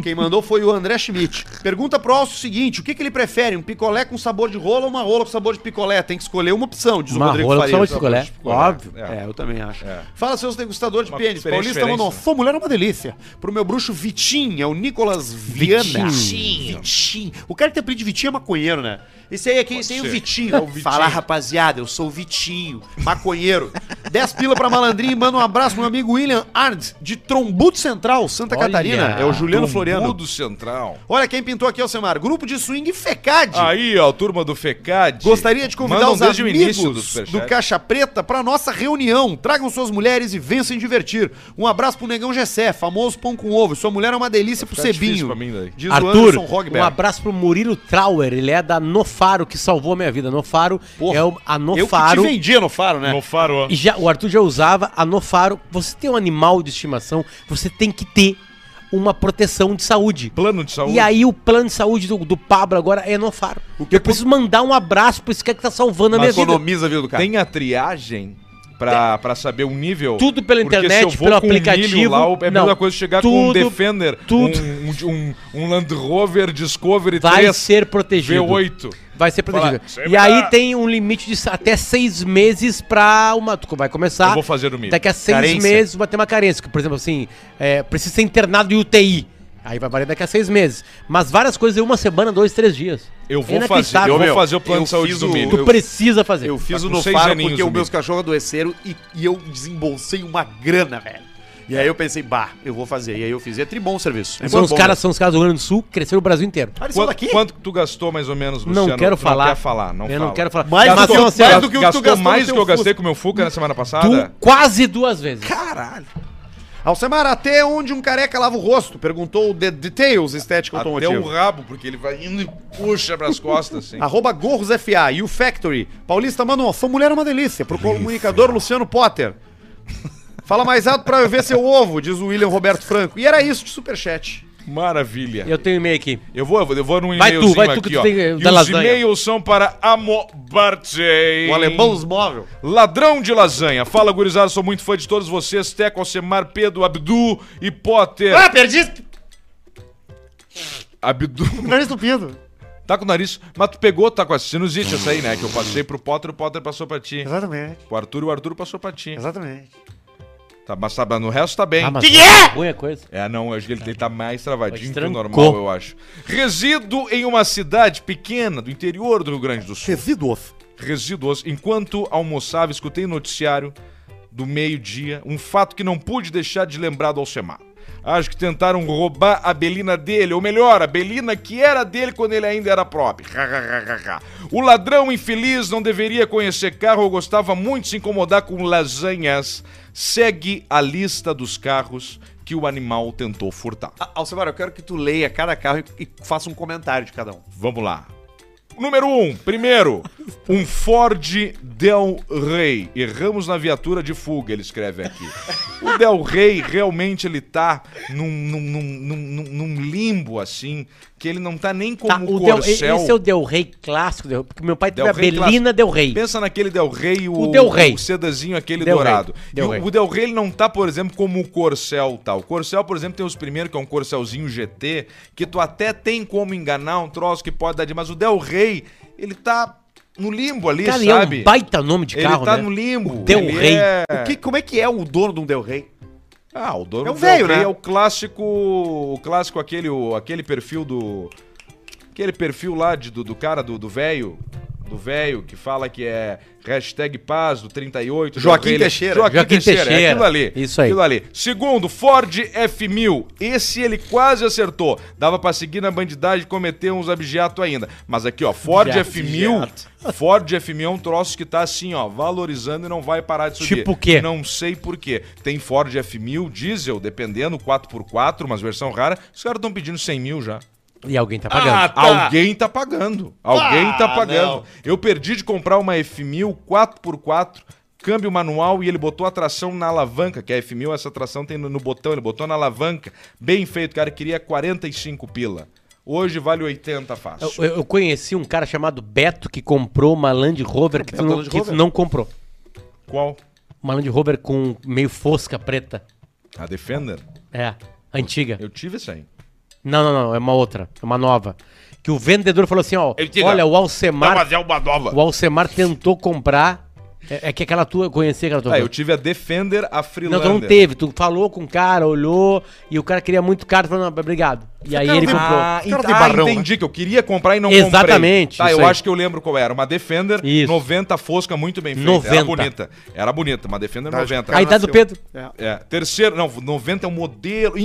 Quem mandou foi o André Schmidt. Pergunta pro Alcio o seguinte: o que, que ele prefere? Um picolé com sabor de rola ou uma rola com sabor de picolé? Tem que escolher uma opção, diz o
Uma
Rodrigo
rola com
Farias.
sabor de picolé. Óbvio.
É.
É, eu também acho. Fala, seus degustadores um de
Uma
pênis.
diferente
Paulista mandou.
diferença, né?
Fô, mulher é uma delícia. Pro meu bruxo Vitinho, é o Nicolas Viana.
Vitinho.
Vitinho. O cara que tem apelido de Vitinho é maconheiro, né? Esse aí é quem tem o
ser.
Vitinho. [laughs] Fala, rapaziada, eu sou o Vitinho, [laughs] maconheiro. 10 pila pra malandrinho e manda um abraço pro meu amigo William Arndt, de Trombuto Central, Santa
Olha,
Catarina. É o Juliano Floriano.
Mundo Central.
Olha quem pintou aqui, Alcemar. Grupo de swing fecade.
Aí, ó, turma do FECAD.
Gostaria de convidar
Mandam
os
desde o
amigos
início do
do,
superchat.
Caixa Preta para nossa reunião. Tragam suas mulheres e vençam divertir. Um abraço pro Negão Gessé, famoso pão com ovo. Sua mulher é uma delícia pro
ficar Tá difícil
Cebinho.
pra mim daí.
Diz o
Arthur,
Anderson
um
Rogberg.
abraço pro Murilo Trauer, ele é da Nofaro, que salvou a minha vida. Nofaro
Porra,
é o, a
Eu
Nofaro.
que te vendia no faro, né?
No faro.
E já, o Arthur já usava a Nofaro. Você tem um animal de estimação, você tem que ter uma proteção de saúde.
Plano de saúde.
E aí o plano de saúde do, do Pablo agora é Nofaro.
que
eu preciso mandar um abraço pra esse cara que tá salvando a minha vida.
Economiza, viu, do cara?
Tem a triagem pra, pra saber o nível.
Tudo pela
Porque
internet,
se eu vou
pelo
com um milho
aplicativo,
lá, é a
não.
mesma coisa chegar com um
Tudo-
Defender,
tudo.
Um, um, um Land Rover Discovery
Vai
3
ser protegido.
V8.
Vai ser protegido.
Fala,
e aí
sempre.
tem um limite de s- até seis meses pra uma. tu Vai começar.
Eu vou fazer o milho.
Daqui a seis
Carência.
meses vai ter uma carência. que, Por exemplo, assim, é, precisa ser internado em UTI. Aí vai valer daqui a seis meses. Mas várias coisas em uma semana, dois, três dias. É
Eu vou fazer,
Inacreditável.
eu vou
Meu,
fazer o plano
eu
de saúde
fiz
do
o-
milho.
Tu
eu-
precisa fazer.
Eu fiz
Tá
o
com
no
seis
faro
aninhos
porque
o
os meus
menino.
cachorros adoeceram e, e eu desembolsei uma grana, velho. E aí eu pensei, bah, eu vou fazer. E aí eu fiz. E é tribom o serviço. É
são
muito
os
bom,
caras, são os caras do Rio Grande do Sul, cresceram o Brasil inteiro.
né? Ah, eles são
Quanto,
daqui?
quanto que tu gastou mais ou menos, Luciano?
não quero
Tu
falar.
quer falar, não
Eu
fala.
não quero falar.
Mais
Mas
do que-
são assim, ó,
Mais do que
Gastou
gastou,
no teu
mais do que eu gastei
Fusca.
com o meu Fuca na semana
tu
passada?
quase duas vezes.
Alcemar, até onde um careca lava o rosto? Perguntou o The Details Estética
Até um o
Automotiva.
rabo, porque ele vai indo e puxa pras costas,
Ah.
assim.
Arroba Gorros FA e o Factory. Paulista manda um alfa. Mulher é uma delícia. Pro comunicador Luciano Potter. Fala mais alto pra eu ver seu ovo, diz o William Roberto Franco. E era isso de superchat.
Maravilha.
Eu tenho um e-mail aqui.
Eu vou, eu vou- eu vou num
Vai tu,
e-mailzinho
vai tu
aqui,
que tu
ó.
tem, eh,
e
da
os
lasanha.
e-mails são para Amo Bartei.
O alemão dos móvel.
Ladrão de lasanha. Fala, gurizada, sou muito fã de todos vocês. Teco, Alcemar, Pedro, Abdu e Potter.
Ah, perdi.
Abdu...
Perdi estupido.
Tá com o nariz... Mas tu pegou, tá com a sinusite essa aí, né? Que eu passei pro Potter, o Potter passou pra ti.
Exatamente,
O Arthur, o Arthur passou pra ti.
exatamente.
Tá, mas tá, no resto tá bem.
que é? Ruim coisa.
É, não, acho que ele, ele tá mais travadinho
Mas
que o
trancou.
normal, eu acho. Resido em uma cidade pequena do interior do Rio Grande do Sul.
Resíduos.
resíduos. Enquanto almoçava, escutei noticiário do meio-dia, um fato que não pude deixar de lembrar do Alcemar. Acho que tentaram roubar a Belina dele, ou melhor, a Belina que era dele quando ele ainda era próprio. o ladrão infeliz não deveria conhecer carro ou gostava muito de se incomodar com lasanhas. Segue a lista dos carros que o animal tentou furtar.
Ah, Alcemar, eu quero que tu leia cada carro e, e faça um comentário de cada um.
Vamos lá. Número 1,
[laughs]
um, primeiro, um Ford Del Rey. Erramos na viatura de fuga, ele escreve aqui. O Del Rey realmente ele tá num, num, num, num, num- num limbo assim, que ele não tá nem como
Tá, o Del, e-
corcel.
esse é o Del Rey clássico, Del- porque meu pai teve a
Del Rey
Belina
clássico.
Del Rey.
Pensa naquele Del Rey, o,
O Del Rey.
o sedazinho aquele
Del Rey.
dourado.
Del
E o-
Rey.
o Del Rey ele não tá, por exemplo, como o Corcel tal. O Corcel, por exemplo, tem os primeiros, que é um Corcelzinho GT, que tu até tem como enganar um troço que pode dar de... Mas o Del Rey, ele tá no limbo ali,
Cara, e é
sabe?
um baita nome de
ele
carro,
tá
né?
no limbo.
Del
ele
Rey.
é-
O que, como é que é o dono de um Del Rey?
Ah, o dono
É um
do
velho,
Del Rey
né?
É o clássico, o clássico aquele, o- aquele perfil do... Aquele perfil lá de- do, do cara, do do velho... Do velho que fala que é hashtag paz do 38. Del
Joaquim
Rey, ele-
Teixeira.
Joaquim,
Joaquim
Teixeira. É
Teixeira.
aquilo ali.
Isso aí.
Aquilo ali. Segundo, Ford F1000. Esse ele quase acertou. Dava pra seguir na bandidagem e cometer uns abjetos ainda. Mas aqui, ó, Ford
Abjeto.
F1000. Ford F1000 é um troço que tá assim, ó, valorizando e não vai parar de subir.
Tipo o quê?
Não sei por quê. Tem Ford F1000, diesel, dependendo, 4x4, mas versão rara. Os caras estão pedindo 100 mil já.
E alguém tá Ah, pagando.
Alguém tá pagando. Alguém tá pagando. Eu perdi de comprar uma F1000 4x4, câmbio manual e ele botou a tração na alavanca, que a F1000 essa tração tem no, no botão, ele botou na alavanca. Bem feito, cara, queria 45 pila. Hoje vale 80 fácil.
Eu, eu- eu conheci um cara chamado Beto que comprou uma Land Rover que, tu não,
Land
que tu
Rover?
não comprou.
Qual?
Uma Land Rover com meio fosca preta.
A Defender?
É, antiga.
Eu tive essa aí.
Não, não, não, é uma outra, é uma nova. Que o vendedor falou assim, ó,
Ele tira.
olha, o
Não,
Alcemar,
mas é uma nova.
o Alcemar tentou comprar, é, é que aquela tua, eu conheci aquela tua.
Ah, eu tive a Defender, a
não,
Freelander.
tu não teve, tu falou com o cara, olhou, e o cara queria muito caro, tu falou, não, obrigado. E aí ele comprou.
Ah,
Cara
ent-
de
ah,
barrão,
entendi que eu queria comprar e não comprei.
Exatamente,
Tá,
isso
eu
aí.
acho que eu lembro qual era. Uma Defender
Isso.
90 fosca, muito bem feita. Era
90.
bonita. Era bonita, uma Defender 90.
Aí tá do Pedro.
É, terceiro, não, 90 é o modelo,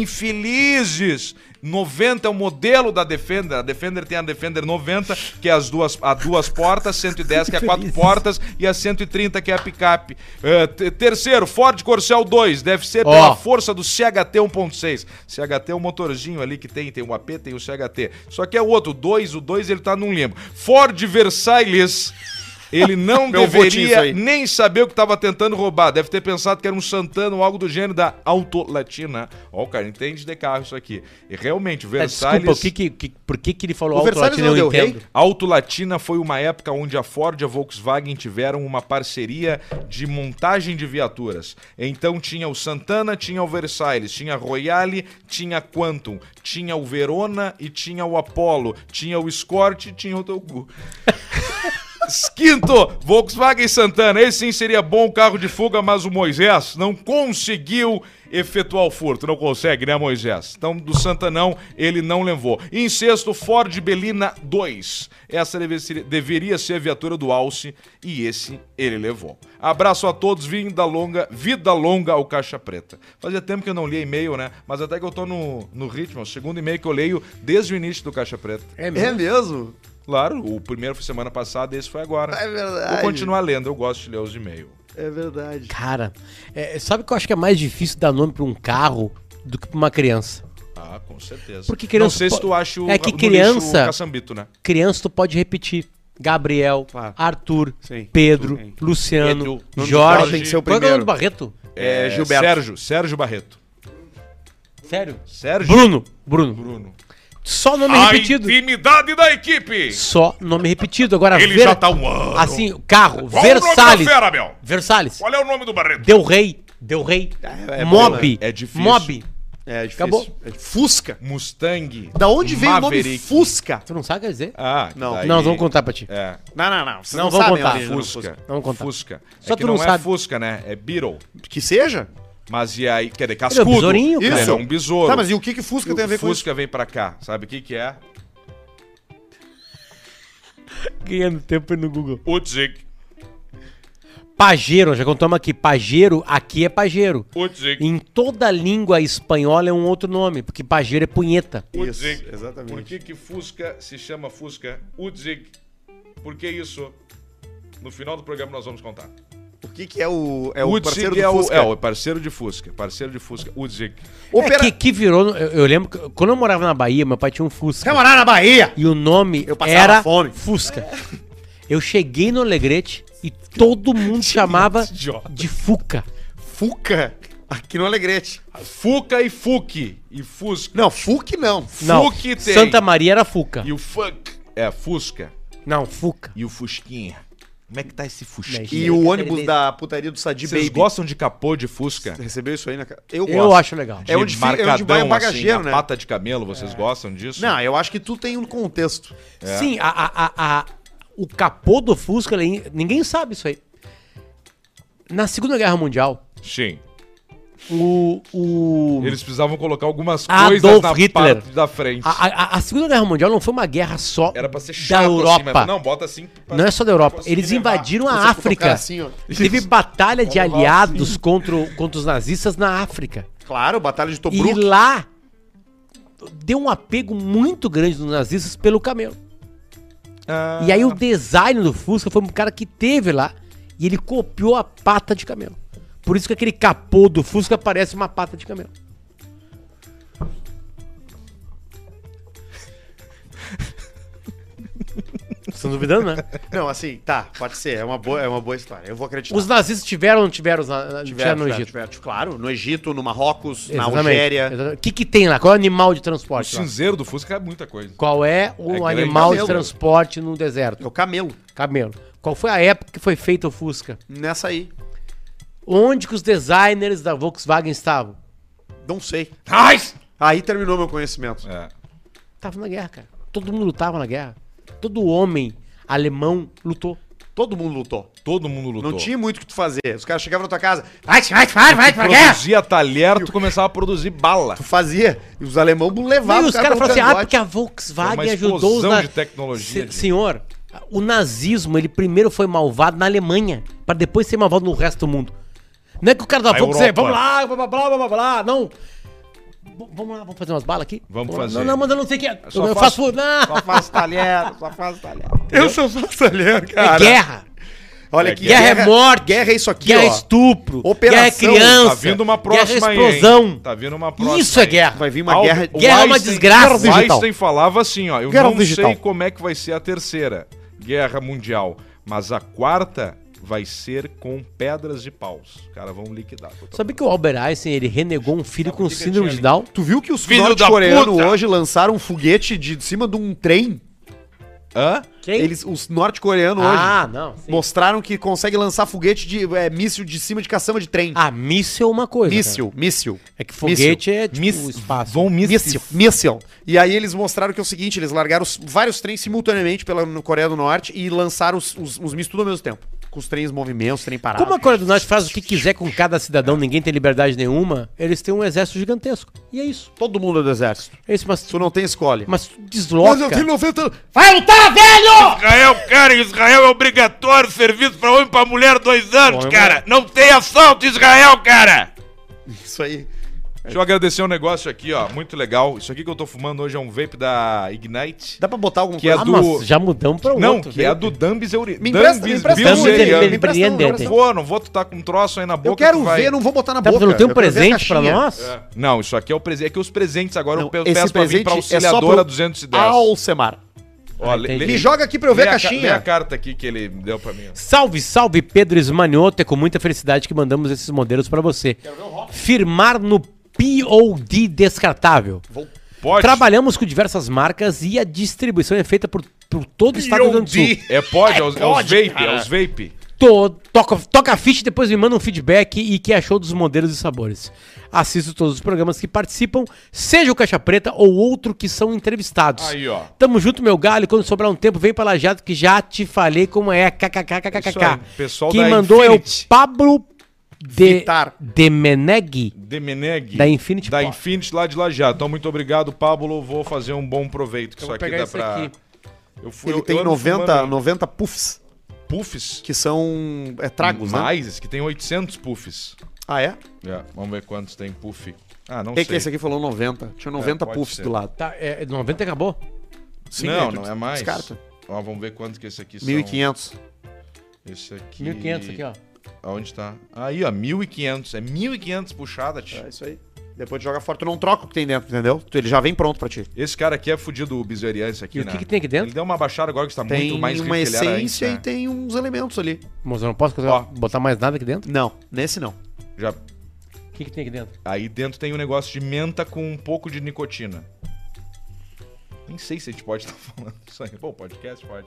infelizes. 90 é o modelo da Defender. A Defender tem a Defender 90, que é as duas, a duas portas, 110 que é quatro portas e a 130 que é a picape. É, te- terceiro, Ford Corcel 2, deve ser pela
Ó.
força do CHT 1.6. CHT é um motorzinho ali que tem, tem o AP, tem o CHT. Só que é o outro, o 2, o 2 ele tá num limbo. Ford Versailles. Ele não
Meu vô tinha isso
deveria
aí.
nem sabia o que estava tentando roubar. Deve ter pensado que era um Santana ou algo do gênero da Auto Latina. Ó, o cara entende de carro isso aqui. E realmente, o
Tá,
Versalhes...
desculpa, o que que, que- por que que ele falou
O
alto
Versalhes
latino, eu
não deu
não
rei?
entendo.
Auto Latina foi uma época onde a Ford e a Volkswagen tiveram uma parceria de montagem de viaturas. Então tinha o Santana, tinha o Versailles, tinha a Royale, tinha a Quantum, tinha o Verona e tinha o Apollo, tinha o Escort e tinha o Togu. Quinto, Volkswagen Santana. Esse sim seria bom o carro de fuga, mas o Moisés não conseguiu efetuar o furto. Não consegue, né, Moisés? Então, do Santanão, ele não levou. E em sexto, Ford Belina 2. Essa deve ser- deveria ser a viatura do Alce e esse ele levou. Abraço a todos, vida longa, vida longa ao Caixa Preta. Fazia tempo que eu não lia e-mail, né? Mas até que eu tô no, no ritmo, é o segundo e-mail que eu leio desde o início do Caixa Preta.
É
É
mesmo.
mesmo?
Claro, o primeiro foi semana passada, esse foi agora.
É verdade.
Vou continuar lendo, eu gosto de ler os e-mails.
É verdade.
Cara, é, sabe que eu acho que é mais difícil dar nome pra um carro do que pra uma criança?
Ah, com certeza.
Porque criança
Não sei se
po-
tu acha o
é que
no
criança-
lixo o caçambito, né?
Criança tu pode repetir. Gabriel,
Claro.
Arthur,
Sim.
Pedro,
Sim.
Luciano,
Pedro. Nome do
Jorge.
Jorge tem que
ser o
Qual é o nome
primeiro.
do Barreto?
É, Gilberto.
Sérgio, Sérgio Barreto.
Sério?
Sérgio
Bruno, Bruno.
Bruno.
Só nome repetido.
intimidade da equipe.
Só nome repetido. Agora,
Ele
Ver-
já tá um ano.
Assim, carro,
Qual o nome
Versalhes.
da fera, Bel?
Versalhes.
Qual é o nome do Barreto?
Deu Rei. Deu Rei.
É, é
Mob.
é difícil.
Mob.
É difícil.
Acabou.
É difícil. Fusca.
Mustang.
Da onde vem o nome
Maverick.
Fusca?
Tu não sabe o que quer dizer?
Ah, que
Não.
daí-
não, nós vamos contar pra ti.
É,
Não, não, não. Vocês
Não
não,
vou
sabem
contar.
a origem do
Fusca.
Vamos contar.
Fusca.
Só
é que
tu
não,
não
é
sabe.
Fusca, né? É Beetle.
Que seja?
Mas e aí, quer
Ele
dizer,
é um
cascudo.
besourinho,
Ele
cara.
é um besouro.
Tá, mas e o que que Fusca tem a ver com isso?
Fusca vem pra cá. Sabe o que que é?
Ganhando tempo no Google.
Utzik,
Pajero, já contamos aqui. Pajero, aqui é pajero.
Utzik,
Em toda língua espanhola é um outro nome, porque pajero é punheta.
Utzig.
exatamente.
Por que que Fusca se chama Fusca Utzig? Por que isso? No final do programa nós vamos contar.
O que que é o, é
É
o
o
parceiro do
é o,
Fusca?
é o parceiro de Fusca. Parceiro de Fusca. Utzig.
É que, que virou. Eu, eu lembro que quando eu morava na Bahia, meu pai tinha um Fusca.
morar na Bahia?
E o nome
Eu passava
era
fome.
Fusca. Eu cheguei no Alegrete e [laughs] todo mundo chamava
idiota.
de Fuca.
Fuca. Aqui no Alegrete.
Fuca e Fuque. E Fusca.
Não, Fuc não.
Não,
Fuque tem.
Santa Maria era Fuca.
E o Funk. É, Fusca.
Não, Fuca.
E o Fusquinha. Como é que tá esse Fusquinha?
E o ônibus da putaria do Sadi
Vocês
Baby.
gostam de capô de Fusca?
Você recebeu isso aí na cara? Eu
Eu acho legal.
É onde,
de
fi- é onde vai o
marcadão,
bagageiro,
assim,
né? É.
a pata de camelo, vocês gostam disso?
Não, eu acho que tu tem um contexto.
É.
Sim, a, a- a- a- o capô do Fusca, ele- é ninguém sabe isso aí. Na Segunda Guerra Mundial,
Sim.
o. o
Eles precisavam colocar algumas
Adolf
coisas na
Hitler.
parte da frente.
a, a- a Segunda Guerra Mundial não foi uma guerra só
Era pra ser chato
da
assim,
Europa.
mas
não,
não, bota assim. pra-
é só da Europa.
conseguir
Eles
levar.
invadiram
Você
a
colocar
África.
assim, ó.
Teve batalha de aliados contra, o- contra os nazistas na África.
Claro, Batalha de
E
Tobruk.
lá deu um apego muito grande nos nazistas pelo camelo.
Ah.
E aí o design do Fusca foi um cara que teve lá e ele copiou a pata de camelo. Por isso que aquele capô do Fusca parece uma pata
[laughs]
de camelo. Estão duvidando, né?
Não, assim, tá, pode ser. É uma boa, é uma boa história. Eu vou acreditar.
Os nazistas tiveram ou não tiveram, os na- tiveram,
Tiveram,
no
tiveram,
Egito?
tiveram. Claro, no Egito, no Marrocos, na
Exatamente.
Algéria.
Exatamente. O que, que tem lá? Qual é o animal de
O
transporte? lá?
cinzeiro do Fusca é muita coisa.
Qual é o
É grande
animal de
camelo.
transporte no deserto?
É o camelo.
Camelo. Qual foi a época que foi feito o Fusca?
Nessa aí.
Onde que os designers da Volkswagen estavam?
Não sei.
Ai,
Aí terminou meu conhecimento.
É.
Estavam na guerra, cara. Todo mundo lutava na guerra. Todo homem alemão lutou.
Todo mundo lutou.
Todo mundo lutou.
Não tinha muito o que tu fazer. Os caras chegavam na tua casa,
vai, vai, vai, vai pra guerra.
Produzia talher, tu começava a produzir bala.
tu fazia. E os alemães
e
levavam
os caras falaram assim, ah, porque a
Foi
Volkswagen
uma
ajudou os...
explosão
na-
de tecnologia, né? gente.
senhor, o nazismo, ele primeiro foi malvado na Alemanha, pra depois ser malvado no resto do mundo. Não é que o cara da
Na
Volkswagen,
Europa.
vamos lá, blá, blá, blá, blá, blá, blá, não. V- vamos lá, vamos fazer umas balas aqui?
Vamos
lá.
fazer.
Não, não, mas eu não sei o que é.
só
Eu, eu
faço-
faço... Não, é
faz talher, só faz talher.
[laughs]
Eu sou fastalher,
é guerra.
Olha
É
aqui.
Guerra, é morte.
Guerra é isso aqui,
Guerra é
ó.
estupro.
Operação.
Guerra é criança.
Tá vindo
guerra
uma
é
próxima aí, hein?
explosão.
Tá vindo uma próxima
Isso é
aí.
guerra.
Vai vir uma
Aldo-
guerra.
o
Guerra é uma
Einstein-
desgraça.
O
Digital.
Einstein falava assim, ó, eu
Guerra um
não
digital.
sei como é que vai ser a terceira guerra mundial, mas a quarta vai ser com pedras de paus. Os caras vão liquidar.
Sabe que o Albert Einstein, ele renegou um filho com
por que que
síndrome
tinha
de Down?
Tu viu que os
Filho da
norte-coreanos
puta!
hoje lançaram um foguete de, de cima de um trem?
Hã?
Quem?
Eles, os norte-coreanos hoje
Ah, não. sim.
mostraram que consegue lançar foguete de é, míssil de cima de caçamba de trem.
Ah, míssil é uma coisa.
míssil, míssil.
cara. É que foguete é tipo espaço.
Vão míssil.
Míssil. Míssil. E aí eles mostraram que é o seguinte, eles largaram os- vários trens simultaneamente pela no Coreia do Norte e lançaram os, os, os mísseis tudo ao mesmo tempo. Com os trens em movimento, os trem parados.
Como é a Coreia do Norte faz o que quiser com cada cidadão, ninguém tem liberdade nenhuma, eles têm um exército gigantesco. E é isso.
Todo mundo é do exército.
É isso, mas tu,
Tu não tem escolha.
mas tu desloca.
90 anos.
Israel, cara, em Israel é obrigatório serviço pra homem e pra mulher dois anos, cara. Não tem assalto, em Israel, cara.
Isso aí.
Deixa eu agradecer um negócio aqui, ó. Muito legal. Isso aqui que eu tô fumando hoje é um vape da Ignite.
Dá pra botar alguma
Que é
coisa?
Ah,
do-
mas já mudamos pra
Não,
outro.
que é a do Dambis Euri...
Me empresta- me empresta
Bill
um, me
Seriano.
empresta- me empresta um, me empresta
um.
Pô, não vou tu tá com um troço aí na boca.
Eu quero
tu vai-
ver, não vou botar na
Tá,
boca.
tu não tem um
Eu quero ver a
presente pra
caixinha.
nós?
Não, isso aqui é o presente. É que os presentes agora
Não,
eu pe-
esse
peço pra vir pra
presente é só
auxiliadora
pro-
210.
Alcemar.
Ó, le-
entendi.
le-
Me joga aqui pra eu ver
lê
a
ca- lê a
caixinha.
carta aqui que ele deu pra mim. ó.
Salve, salve, Pedro Esmanioto. É com muita felicidade que mandamos esses modelos pra você. Firmar no POD descartável.
Pode.
Trabalhamos com diversas marcas e a distribuição é feita por, por todo o estado do Rio Grande do Sul.
É pode, é os, é os
pode,
vape,
cara.
é os vape.
Tô- toca, toca a ficha e depois me manda um feedback e que achou dos modelos e sabores. Assisto todos os programas que participam, seja o Caixa Preta ou outro que são entrevistados.
Aí, ó.
Tamo junto, meu galho. Quando sobrar um tempo, vem pra Lajado que já te falei como é.
Isso aí,
KKKKKK.
pessoal
Quem
da
mandou é
Infinity.
o Pablo de,
Vitar.
de Meneg.
Demeneg.
Da Infinity
Da
Pop.
Infinity lá de Lajado. Então, muito obrigado, Pablo. Vou fazer um bom proveito. Que isso aqui dá pra. Eu fui,
Ele
eu- eu
tem
ando
90,
fumando
90 puffs,
puffs.
que são é, tragos, né?
mais, esse que tem 800 puffs.
Ah, é?
É, vamos ver quantos tem puff. Ah, não
É que
sei. É,
esse aqui falou 90. Tinha 90
pode
puffs
ser.
do lado.
Tá, é, 90 acabou?
não,
aí tu
não é mais.
né? descarta.
Ó, vamos ver quantos que esse aqui são.
1500.
Esse aqui.
1.500 aqui, ó.
Aonde tá? Aí, ó, 1500. É 1500 puxada, tio.
É isso aí. Depois tu joga fora, tu não troca o que tem dentro, entendeu? Tu- Ele já vem pronto pra ti.
Esse cara aqui é fudido, o Bizerian, esse aqui,
E o
né?
que que tem aqui dentro?
Ele deu uma baixada agora que está
Tem
muito mais rico
uma
que ele era antes,
essência
né?
e tem uns elementos ali.
Mas eu não posso
Ó.
botar mais nada aqui dentro?
Não, nesse não.
né? Já...
O que, que tem aqui dentro?
Aí dentro tem um negócio de menta com um pouco de nicotina. Nem sei se a gente pode [laughs] estar falando isso aí. Bom, podcast pode.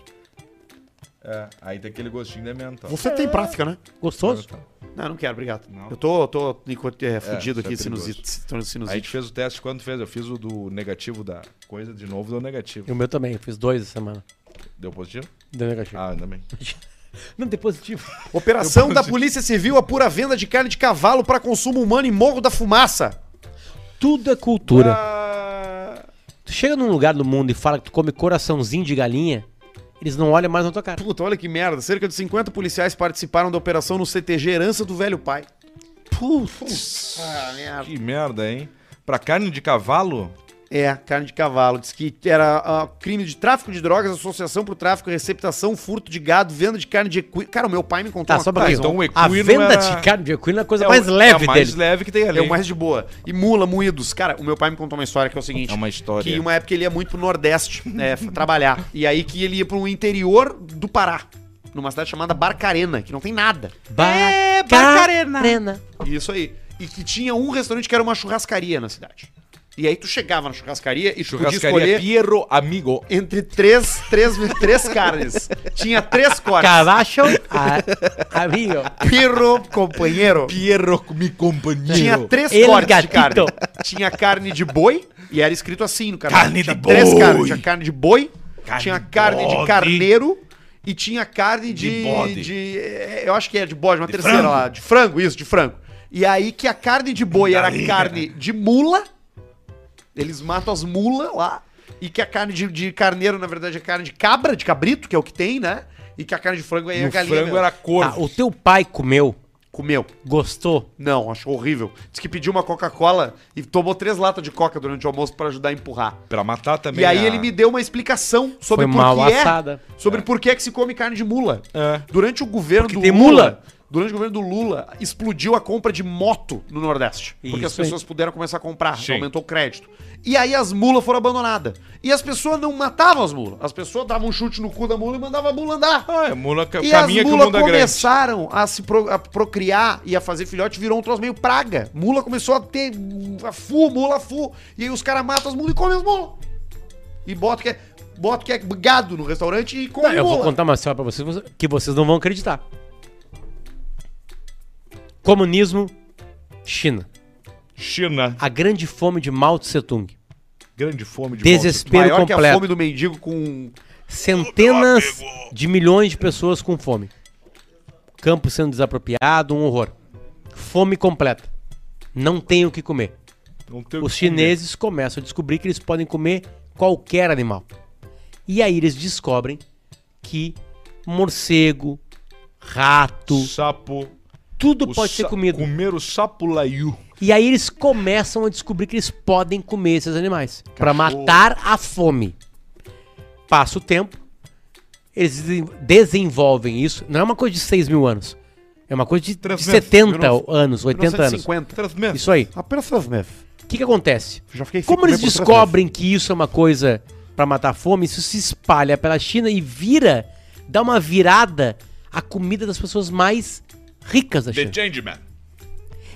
É, aí tem aquele gostinho da menta. ó.
Você tem prática, né?
Gostoso?
Não, não quero, obrigado.
É. Não.
Eu tô, tô nico- é, fudido
isso é
aqui,
perigoso.
sinusite. sin-
Aí a gente
sinusite.
fez o teste, quando fez? Eu fiz o do negativo da coisa, de novo deu negativo.
E o meu também, eu fiz dois essa semana.
Deu positivo?
Deu negativo.
Ah, ainda bem.
Não, deu positivo.
Operação da Polícia Civil apura a venda de carne de cavalo pra consumo humano em Morro da Fumaça.
Tudo é cultura. Ah. Tu chega num lugar do mundo e fala que tu come coraçãozinho de galinha, eles não olham mais na tua cara.
Puta, olha que merda. Cerca de 50 policiais participaram da operação no CTG Herança do Velho Pai.
Putz.
Que merda, hein? Pra carne de cavalo?
É, carne de cavalo. Diz que era ah, crime de tráfico de drogas, associação pro tráfico, receptação, furto de gado, venda de carne de equi... Cara, o meu pai me contou
Tá,
uma
só pra
Tá,
tá,
então o
A
equino
venda
era-
de carne de equino é a coisa
É
mais
o-
leve
é a mais
dele.
leve que tem ali.
É o mais de boa. E mula, moídos. Cara, o meu pai me contou uma história que é o seguinte.
É uma história.
Que uma época ele ia muito pro Nordeste, né, [laughs] f- trabalhar. E aí que ele ia pro interior do Pará. Numa cidade chamada Barcarena, que não tem nada.
É, Bacarena.
E isso aí. E que tinha um restaurante que era uma churrascaria na cidade. E aí tu chegava na churrascaria e tu podia
Churrascaria
escolher
Piero Amigo.
entre três, três, três carnes. Tinha três cortes.
[laughs]
Cavacho, a- amigo.
Pirro, companheiro.
Piero mi companheiro.
Tinha três
El
cortes de carne.
gatito.
Tinha carne de boi, e era escrito assim no cardápio.
Carne
tinha
de
Três
boi.
carnes. Tinha carne de boi, tinha
de
carne de
bode.
carneiro e tinha carne de.
De bode.
de- é, eu acho que era de bode, uma terceira lá. De frango, isso, de frango. E aí que a carne de boi era
Galinha.
carne de mula. Eles matam as mulas lá. E que a carne de, de carneiro, na verdade, é carne de cabra, de cabrito, que é o que tem, né? E que a carne de frango aí é
E
a
o
galinha.
frango
mesmo.
era
Tá,
corvo.
o teu pai comeu,
Comeu.
gostou.
Não, achou horrível. Diz que pediu uma Coca-Cola e tomou três latas de Coca durante o almoço pra ajudar a empurrar.
Pra matar também
E aí
a-
ele me deu uma explicação sobre
Foi
por
mal
que é,
assada.
sobre por que é que se come carne de mula.
É.
Durante o governo
Porque
do
tem
Lula,
mula.
durante o governo do Lula, explodiu a compra de moto no Nordeste, porque
Isso
as pessoas puderam começar a comprar,
Sim.
aumentou o crédito. E aí as mulas foram abandonadas. E as pessoas não matavam as mulas. As pessoas davam um chute no cu da mula e mandavam a mula andar.
Ah, é mula ca-
E as
caminha que o
mulas
mundo é grande.
começaram a se pro- a procriar e a fazer filhote, virou um troço meio praga. Mula começou a ter uh, a fu, mula fu. E aí os caras matam as mulas e comem as mulas. E botam que é boto que é gado no restaurante e como
Não, eu vou contar uma história pra vocês que vocês não vão acreditar. Comunismo, China.
China.
A grande fome de Mao Tse Tung.
Grande fome de
Desespero
maior que a
completo.
fome do mendigo com
Centenas de milhões de pessoas com fome. Campo sendo desapropriado, um horror. Fome completa. Não tem o que comer.
Não tem o
Os
que comer.
chineses começam a descobrir que eles podem comer qualquer animal. E aí eles descobrem que morcego, rato,
Sapo.
tudo
o
pode ser
sa-
comido.
Comer o sapo laiu.
E aí eles começam a descobrir que eles podem comer esses animais Pra matar a fome. Passa o tempo, eles desen- desenvolvem isso. Não é uma coisa de 6 mil anos. É uma coisa de, de
Três meses,
70
19-
anos, 80 anos.
né?
Transmite.
Isso aí.
Apenas três meses.
O que, que acontece?
Já fiquei sem
Como
comer
eles
por três
descobrem que isso é uma coisa pra matar a fome, isso se espalha pela China e vira, dá uma virada à comida das pessoas mais ricas da China.
The Changeman.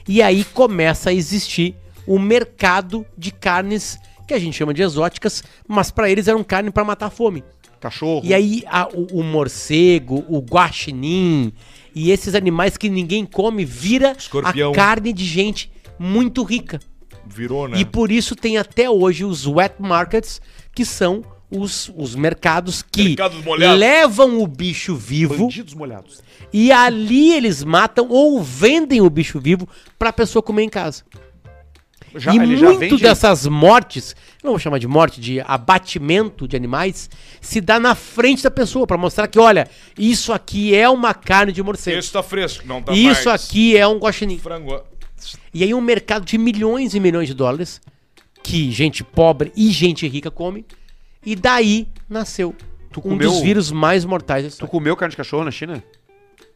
E aí começa a existir o mercado de carnes que a gente chama de exóticas, mas pra eles eram carne pra matar a fome.
meses. Cachorro.
E aí a- o, o morcego, o guaxinim e esses animais que ninguém come vira
Escorpião.
a carne de gente muito rica.
Virou, né?
E por isso tem até hoje os wet markets, que são os, os mercados que
Mercados molhados.
levam o bicho vivo
Bandidos molhados.
e ali eles matam ou vendem o bicho vivo pra pessoa comer em casa e
ele
muito
vende-
dessas mortes, não vou chamar de morte, de abatimento de animais, se dá na frente da pessoa pra mostrar que, olha, isso aqui é uma carne de morcego.
Esse tá fresco. Não tá
isso
mais.
aqui é um guaxinim.
Frango.
E aí um mercado de milhões e milhões de dólares que gente pobre e gente rica come. E daí nasceu um
comeu-
dos vírus mais mortais. da
Tu
história.
comeu carne de cachorro na China?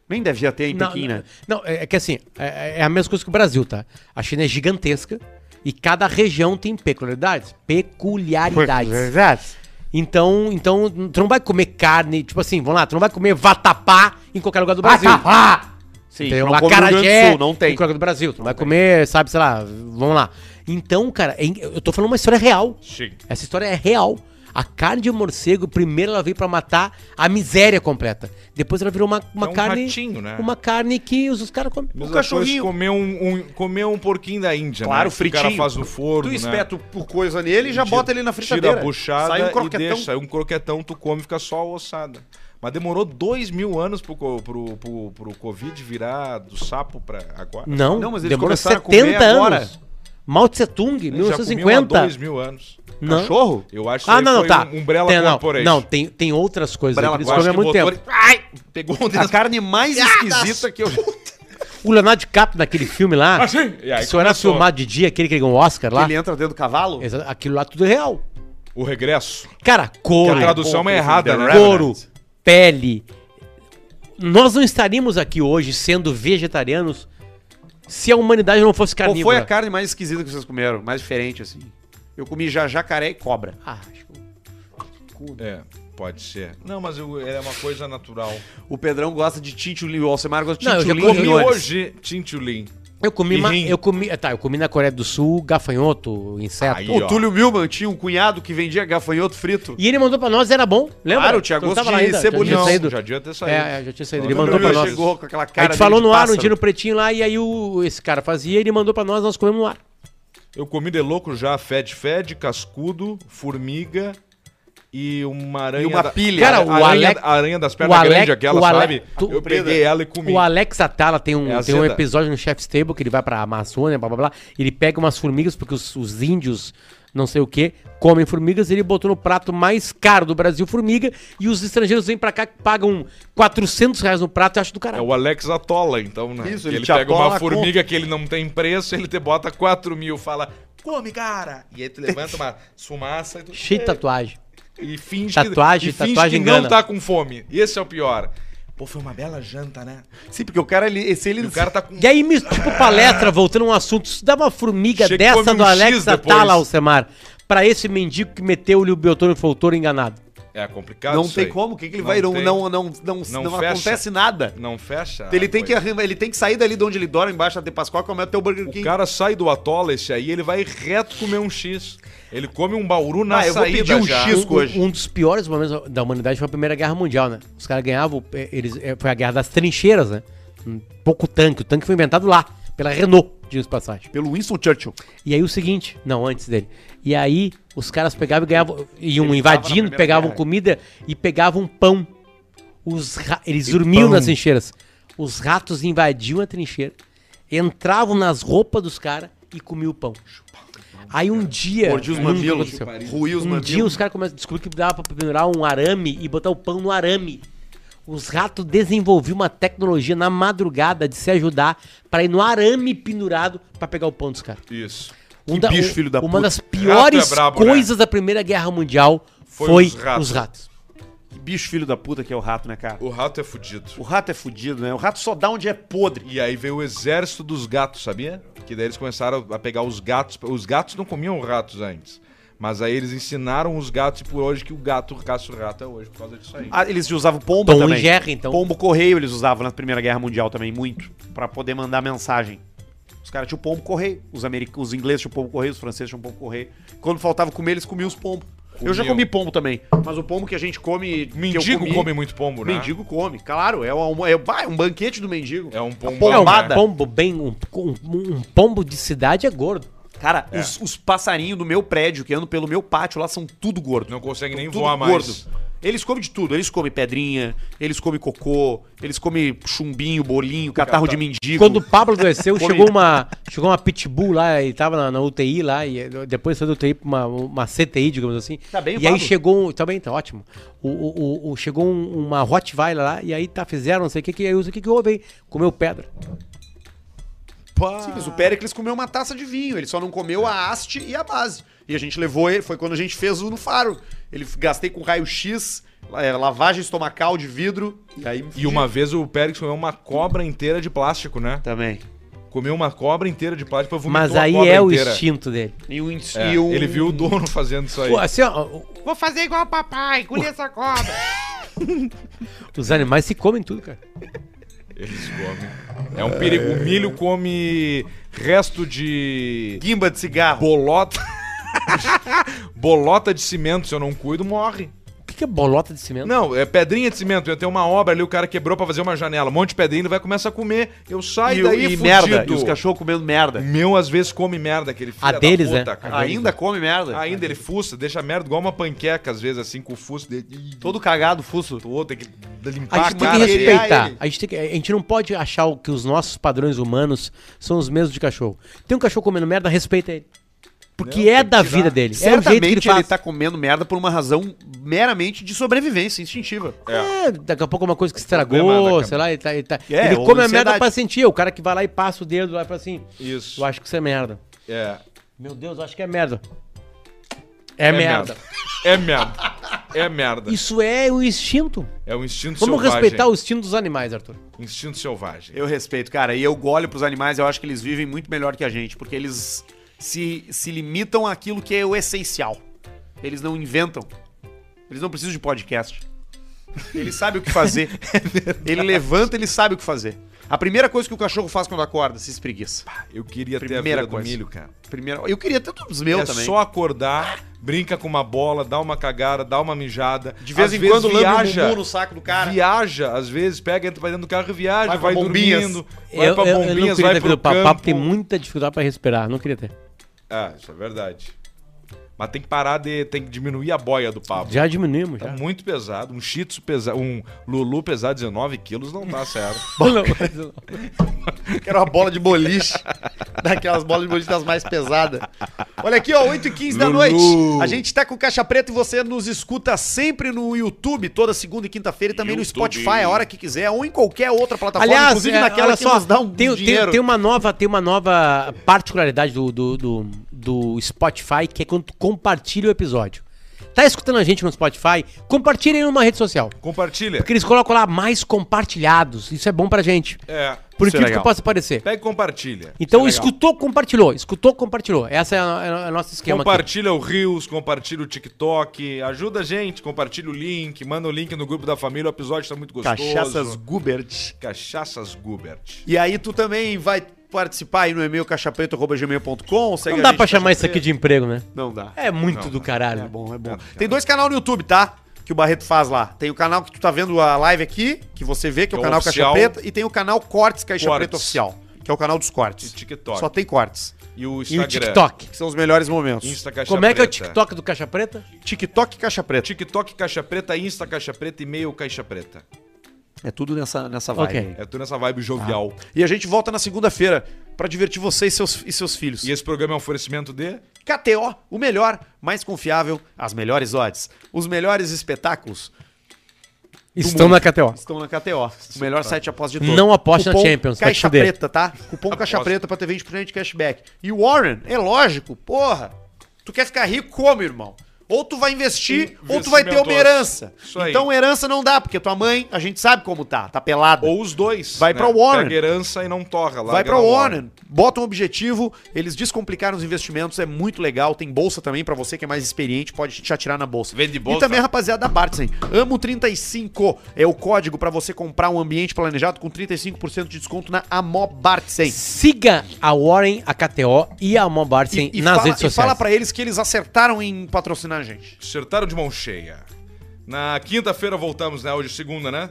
Nem devia ter em
Não,
Pequim,
não,
né?
Não, é é que assim, é, é a mesma coisa que o Brasil, tá? A China é gigantesca e cada região tem peculiaridades.
é.
Peculiaridades. Então, então, tu não vai comer carne, tipo assim, vamos lá, tu não vai comer vatapá em qualquer lugar do Brasil. Vatapá!
Sim,
Entendeu?
não
Uma
come no Rio Grande do
acarajé
é
Sul, não tem.
Em qualquer lugar do Brasil. Tu vai comer, sabe, sei lá, vamos lá. Então, cara, é in- eu tô falando uma história real.
Sim.
Essa história é real. A carne de morcego, primeiro ela veio pra matar a miséria completa. Depois ela virou uma, uma
É um
carne.
ratinho, né?
Uma carne que os, os caras comem.
Mesma
cachorrinho.
Coisa, comer um, um, comer um porquinho da Índia,
Claro,
né?
fritinho.
Que o cara faz no forno,
Tu
né?
espeta por coisa nele e já
Tira-
bota ele na fritadeira.
Tira a buchada
Sai um
e
croquetão.
deixa. Sai um croquetão, tu come, fica só a ossada. Mas demorou dois mil anos pro, co- pro, pro, pro Covid virar do sapo pra agora.
Não,
Não, mas eles
demorou
começaram a
70
comer agora.
anos. Mao Tse Tung,
Já comiam há
1950.
dois mil anos.
Não.
Cachorro?
Eu acho que
Ah, não, não,
foi
tá.
um Umbrella
tem, não,
Corporation.
não tem, tem outras coisas aí
Umbrella
que eles
Eu acho
comem há
que
muito
botou
tempo.
ele- Ai! Pegou um
A
dedo.
carne mais esquisita que eu já
O Leonardo DiCaprio naquele filme lá,
Ah, sim. Assim? E aí
que só era
começou.
é filmado de dia, aquele que ganhou o Oscar lá.
Ele entra dentro do cavalo?
Exa- Aquilo lá tudo é real.
O regresso.
Cara,
Que
couro,
a tradução é,
Pô,
errada,
The
né?
couro, pele. Nós não estaríamos aqui hoje sendo vegetarianos se a humanidade não fosse
Qual
é carnívora.
foi a carne mais esquisita que vocês comeram? Mais diferente, assim. Eu comi já jacaré e cobra.
Ah, acho que-
É, pode ser. Não, mas eu, é uma coisa natural.
O Pedrão gosta de tintulinho, o Alcemar gosta de
Não, eu já
tintulinho.
comi
e
Comi
Milhões.
olhos.
hoje tintulim.
Eu comi, ma-
Pirrim.
eu comi, tá, eu comi na Coreia do Sul gafanhoto, inseto.
Aí,
Pô,
ó.
o Túlio Milman tinha um cunhado que vendia gafanhoto frito.
E ele mandou pra nós, era bom, lembra?
Claro, tinha
Tu não
gosto
tava lá
de
ainda,
cebolinha.
Já tinha
Não,
saído.
já devia ter saído.
É, é, já tinha saído.
Não,
Ele
não,
mandou
não,
pra
não,
nós.
chegou com aquela cara
A gente falou
dele de
no ar, um
pássaro.
dia no Pretinho lá, e aí o, esse cara fazia, ele mandou pra nós, nós comemos no ar.
Eu comi de louco já fed fed, cascudo, formiga e uma aranha.
E uma
da-
pilha.
Cara, o
aranha,
Alex-
aranha das
o
pernas
Alex-
grande, aquela,
o Ale-
sabe?
tu-
eu peguei ela e comi.
O Alex Atala tem um,
É
tem um
azeda.
episódio no Chef's Table que ele vai pra Amazônia, blá blá blá. Ele pega umas formigas, porque os, os índios, não sei o que, comem formigas. Ele botou no prato mais caro do Brasil formiga. E os estrangeiros vêm pra cá, pagam 400 reais no prato e acham do
É
caralho.
o Alex Atola, então, né?
Isso,
Que
ele
ele,
te
pega
atola com-
uma formiga que ele não tem preço, ele te bota 4 mil, fala, come, cara! E aí tu levanta
[laughs]
uma fumaça e, tu...
Cheio de tatuagem.
e finge
Tatuagem,
que, e finge
tatuagem
que
engana.
não tá com fome. Esse é o pior. Pô, foi uma bela janta, né?
Sim, porque o cara, ele, se ele...
E o cara tá com
E aí, mis- tipo palestra, voltando a um assunto, se dá uma formiga
Chega e
dessa
come um
do Alex
X depois.
Atala, Alcemar, pra esse mendigo que meteu o Liu Biotônio Foltoro enganado.
É complicado
não
isso
tem
aí.
como, o que, que ele
Não
um
vai. Não,
tem.
não, não, não,
Não
não
fecha. Ah,
acontece nada.
Não fecha. a
ele, tem que,
coisa.
arrumar- ele tem que sair dali de onde ele dorme, embaixo da Tepascoal, comer até é o Burger
O
King.
cara sai do atola esse aí, ele vai reto comer um X. Ele come um bauru na
Ah, eu vou
saída
pedir um
já.
X.
Um,
hoje.
um- um dos piores momentos da humanidade foi a Primeira Guerra Mundial, né? Os caras ganhavam, eh, eles, eh, foi a guerra das trincheiras, né? Um pouco tanque. O tanque foi inventado lá, pela Renault, diga-se de passagem.
Pelo Winston Churchill.
E aí o seguinte, não, antes dele. E aí os caras pegavam e ganhavam, iam invadindo, pegavam comida e pegavam pão. Os ra- eles dormiam nas trincheiras. Os ratos invadiam a trincheira, entravam nas roupas dos caras e comiam o pão. Aí um dia.
Mordi os
nunca
mamilos.
aconteceu.
Ruiu os
Um dia
mamilos.
os caras começam a descobrir que dava pra pendurar um arame e botar o pão no arame. Os ratos desenvolviam uma tecnologia na madrugada de se ajudar pra ir no arame pendurado pra pegar o pão dos caras.
Isso.
Um
Que bicho, filho da
uma
puta.
das piores
Rato é brabo,
coisas da Primeira Guerra Mundial
Foi
foi,
os ratos.
os ratos.
Que bicho filho da puta que é o rato, né, cara?
O rato é fudido.
O rato é fudido, né? O rato só dá onde é podre.
E aí veio o exército dos gatos, sabia? Que daí eles começaram a pegar os gatos. Os gatos não comiam ratos antes. Mas aí eles ensinaram os gatos e por hoje que o gato caça o rato é hoje por causa disso aí.
Ah, eles usavam pombo
Tom
também.
e Jerry, então.
Pombo correio eles usavam na Primeira Guerra Mundial também, muito. Pra poder mandar mensagem. Os caras tinham pombo correio. Os, americ... os ingleses tinham pombo correio, os franceses tinham pombo correio. Quando faltava comer, eles comiam os pombos. Eu já
Comiam.
comi pombo também. Mas o pombo que a gente come. que eu
Mendigo
comi-
come muito pombo, né?
Mendigo come, claro. É um, é, bah, é um banquete do mendigo.
É um pombo.
pombada.
É um pombo bem. Um, um- um pombo de cidade é gordo.
Cara, os, os passarinhos do meu prédio, que andam pelo meu pátio lá, são tudo gordo.
Não consegue nem
Tudo
voar mais.
gordo. Eles comem de tudo. Eles comem pedrinha, eles comem cocô, eles comem chumbinho, bolinho, catarro de mendigo.
Quando o Pablo adoeceu,
[laughs]
Come-
chegou uma, chegou uma pitbull lá e tava na, na UTI lá, e eh, depois saiu da UTI pra uma, uma CTI, digamos assim.
Tá bem o
e aí
Pablo?
chegou um. Tá bem, tá ótimo. O, o- o- o- chegou um- uma Rottweiler lá, e aí tá, fizeram, não sei o que, que aí eu disse, o que, que houve aí? Comeu pedra.
Sim, mas o é Péricles comeu uma taça de vinho, ele só não comeu a haste e a base. E a gente levou ele, foi quando a gente fez o no faro. Ele gastei com raio-x, é, lavagem estomacal de vidro. E aí me
E uma vez o Périx comeu uma cobra inteira de plástico, né?
também.
Comeu uma cobra inteira de plástico, vomitou
Mas
a
aí
cobra
é o
inteira.
instinto dele.
E um, ins-
É,
e um-
Ele viu o dono fazendo isso aí.
Pô, assim, ó, o-
Vou fazer igual o papai, colher essa cobra.
os animais se comem tudo, cara.
Eles comem. É um perigo. O milho come resto de
guimba de cigarro.
bolota. [laughs] bolota de cimento, se eu não cuido, morre.
O que, que é bolota de cimento?
Não, é pedrinha de cimento. Eu tenho uma obra ali, o cara quebrou pra fazer uma janela. Um monte de pedrinha, ele vai começar a comer. Eu saio
e,
daí
e
fudido.
merda, e os cachorros comendo merda.
Meu, às vezes, come merda, aquele filho
A deles, né?
cara.
Ainda come merda.
Ainda ele fuça, deixa merda igual uma panqueca, às vezes, assim, com o fuço dele.
Todo cagado, fuço.
Todo, tem que limpar
A
a
gente tem que
cara dele.
respeitar. A gente, tem que- a gente não pode achar o que os nossos padrões humanos são os mesmos de cachorro. Tem um cachorro comendo merda, respeita ele. Porque é da vida dele. É o jeito que ele
Certamente ele
faz.
tá comendo merda por uma razão meramente de sobrevivência instintiva.
É, daqui a pouco é uma coisa que
problema
estragou,
da
sei lá, ele, tá, ele, tá-
É,
ele
ou
come a
ansiedade.
merda pra sentir. O cara que vai lá e passa o dedo lá pra assim.
Isso.
Eu acho que isso é merda.
É.
Meu Deus, eu acho que é merda. É, merda.
É merda. É merda.
Isso é o instinto.
É o instinto
Vamos
selvagem.
respeitar o instinto dos animais, Arthur.
Instinto selvagem.
Eu respeito, cara. E eu olho pros animais, eu acho que eles vivem muito melhor que a gente, porque eles se, se limitam àquilo que é o essencial. Eles não inventam. Eles não precisam de podcast. Ele sabe o que
[laughs]
fazer.
É
ele levanta, ele sabe o que fazer. A primeira coisa que o cachorro faz quando acorda, se espreguiça.
Eu queria ter a
Primeira
vida
coisa.
do milho, cara.
Primeira... Eu queria ter todos os meus
é
também.
só acordar, brinca com uma bola, dá uma cagada, dá uma mijada.
De vez
Às
em quando lambe o
viaja,
bumbum no saco do cara.
Viaja, às vezes pega, entra pra dentro do carro e viaja,
Vai pra
vai,
Bombinhas.
dormindo, vai
Eu,
pra
eu, eu não
bombinhas,
queria
vai
ter
pro
filho
campo.
papo, tem muita dificuldade pra respirar. Não queria ter.
Ah, isso é verdade. Mas tem que parar de... tem que diminuir a boia do papo.
Já diminuímos,
Tá
já.
muito pesado, um shih tzu pesado, um lulu pesar 19 quilos não tá certo.
[laughs] Não,
Quero uma bola de boliche. [laughs] Daquelas bolas de boliche das mais pesadas. Olha aqui, ó, 8 e 15 da noite. A gente tá com Caixa Preta e você nos escuta sempre no YouTube, toda segunda e quinta-feira, e também no Spotify, a hora que quiser, ou em qualquer outra plataforma,
Aliás,
Tá inclusive
é,
naquela
olha
que
só,
nos dá um
tem, tem-
dinheiro.
tem uma nova, tem uma nova particularidade do, do, do, do Spotify que é quando tu compartilha o episódio. tá escutando a gente no Spotify, compartilhem numa rede social.
Compartilha.
Porque eles colocam lá mais compartilhados. Isso é bom pra gente.
É.
Por
isso é
incrível que
legal.
possa parecer.
Pega e compartilha.
Então,
Isso é legal.
escutou, compartilhou. Escutou, compartilhou. Essa é a, é a nosso esquema aqui.
Compartilha o Rios, compartilha o TikTok, ajuda a gente, compartilha o link, manda o link no grupo da família, o episódio tá muito gostoso.
Cachaças Gubert.
Cachaças Gubert.
E aí tu também vai participar aí no e-mail cachapreto.gmail.com. segue
Não
a
dá
gente,
pra chamar isso
Caixa
aqui de emprego, né?
Preta. Não dá.
É muito do caralho.
É bom, é bom. Tem dois canal no YouTube, tá? Que o Barreto faz lá. Tem o canal que tu tá vendo a live aqui, que você vê, que é o
Que é o
canal
oficial.
Caixa Preta, e tem o canal Cortes Caixa
Cortes.
Preta Oficial, que é o canal dos cortes.
E TikTok.
Só tem cortes.
E o
E
Instagram.
o TikTok.
Que são os melhores momentos.
Insta Caixa
Como é que é o
Preta.
TikTok do Caixa Preta?
TikTok Caixa Preta.
TikTok Caixa Preta, Insta Caixa Preta, e-mail Caixa Preta.
É tudo nessa, nessa vibe.
Ok.
É tudo nessa vibe jovial.
E a gente volta na segunda-feira pra divertir você e seus, e seus filhos.
E esse programa é um oferecimento de...
KTO, o melhor, mais confiável, as melhores odds, os melhores espetáculos
Estão na KTO.
estão na KTO. O melhor site de aposta de todos.
Não aposte na
Cupom
Champions, vai te
Caixa
fuder.
Preta,
[laughs]
tá? Cupom Caixa Preta pra TV 20% de cashback. E Warren, é lógico, porra. Tu quer ficar rico como, irmão? Ou tu vai investir, ou tu vai ter uma
Investimentos.
herança.
Isso aí.
Então herança não dá, porque tua mãe, a gente sabe como tá, tá pelada.
Ou os dois. né?
Vai pra Warner.
Pega herança e não torra.
Vai
larga
pra
na
Warner, bota um objetivo, eles descomplicaram os investimentos, é muito legal. Tem bolsa também pra você que é mais experiente, pode te atirar na bolsa.
Vende
E
bolsa.
também a rapaziada da Bartzen. Amo 35 é o código pra você comprar um ambiente planejado com 35% de desconto na Amo Bartzen.
Siga a Warren, a KTO e a Mobartsen nas
fala,
redes
e fala
sociais.
pra eles que eles acertaram em patrocinar a gente.
Acertaram de mão cheia. Na quinta-feira voltamos, né? Hoje é segunda, né?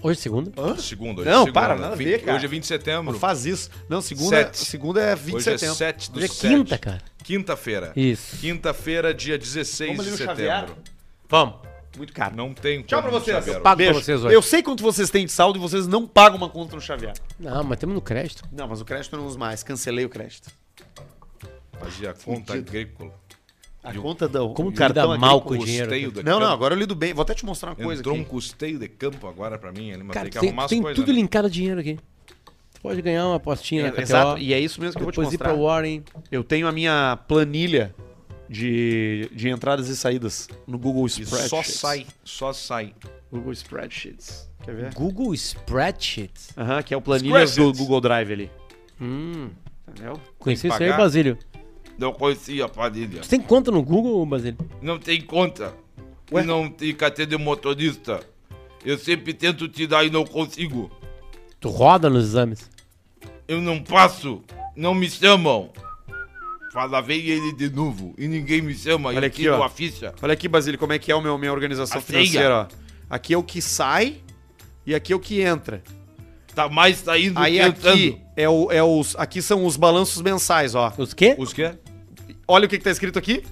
Hoje é segunda?
Segunda. Hoje é
Não,
segunda,
para, nada a
Vinte-
ver, cara.
Hoje é 20 de
Não
setembro.
faz isso. Não, segunda,
Sete.
segunda é 20 de
Hoje é
setembro.
7 do
Hoje é
7.
quinta, cara.
Quinta-feira.
Isso.
Quinta-feira, dia 16 de setembro.
Vamos.
Muito caro.
Não tem
Tchau
como
pra vocês.
saber.
Pago pra vocês hoje.
Eu sei quanto vocês têm de saldo e vocês não pagam uma conta no Xavier.
Não, mas temos no crédito.
Não, mas o crédito eu não uso mais. Cancelei o crédito.
Fazia conta agrícola.
A conta da
Como
o
tu lida mal com o dinheiro?
Custeio do
Não, não, agora eu lido bem. Vou até te mostrar uma coisa
Entrou um
aqui.
custeio de campo agora pra mim. Ele mas
Cara,
tem que
tem,
arrumar as
tem
coisas.
tudo
né?
linkado a dinheiro aqui. Tu pode ganhar uma apostinha na
É,
KTO.
exato, e é isso mesmo que eu vou te
Depois ir
mostrar.
pra Warren.
Eu tenho a minha planilha de, de entradas e saídas no Google
E
Spreadsheets.
só sai, só sai.
Google Spreadsheets. Quer ver?
Google Spreadsheet.
Aham, que é o planilha do
Spreadsheets.
Google Drive ali.
Hum.
Entendeu?
Conheci
Tem que
isso aí,
pagar.
Basílio.
Não conhecia a planilha.
Tu tem conta no Google, Basílio?
Não tem conta. E não tem carteira de motorista. Eu sempre tento te dar e não consigo.
Tu roda nos exames.
Eu não passo. Não me chamam. Fala, veio ele de novo. E ninguém me chama.
Olha
eu
aqui,
tiro
ó.
a ficha.
Olha aqui, Basílio, como é que é o meu, minha organização
A senha.
financeira. Ó. Aqui é o que sai e aqui é o que entra.
Tá mais saindo
Aí
que
aqui,
entrando.
é o, é os, aqui são os balanços mensais, ó.
Os quê?
Os quê?
Olha o que, que tá escrito aqui.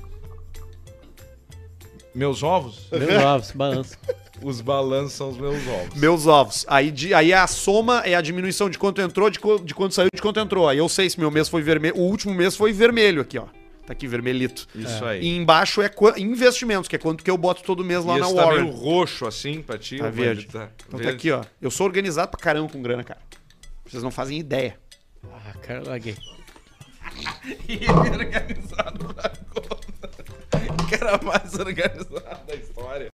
Meus ovos?
Meus ovos,
[laughs]
balanço.
Os balanços são os meus ovos.
Meus ovos. Aí, de- aí a soma é a diminuição de quanto entrou, de, co- de quanto saiu, de quanto entrou. Aí eu sei se meu mês foi vermelho. O último mês foi vermelho aqui, ó. Tá aqui vermelhito.
Isso
E embaixo é qua- investimentos, que é quanto que eu boto todo mês lá
e
na
esse tá meio
Warren.
roxo assim pra ti.
Tá
ó,
verde.
Tá
Então tá
verde.
aqui, ó. Eu sou organizado pra caramba com grana, cara. Vocês não fazem ideia.
ah, cara, laguei.
organizado na conta. O cara mais organizado da história.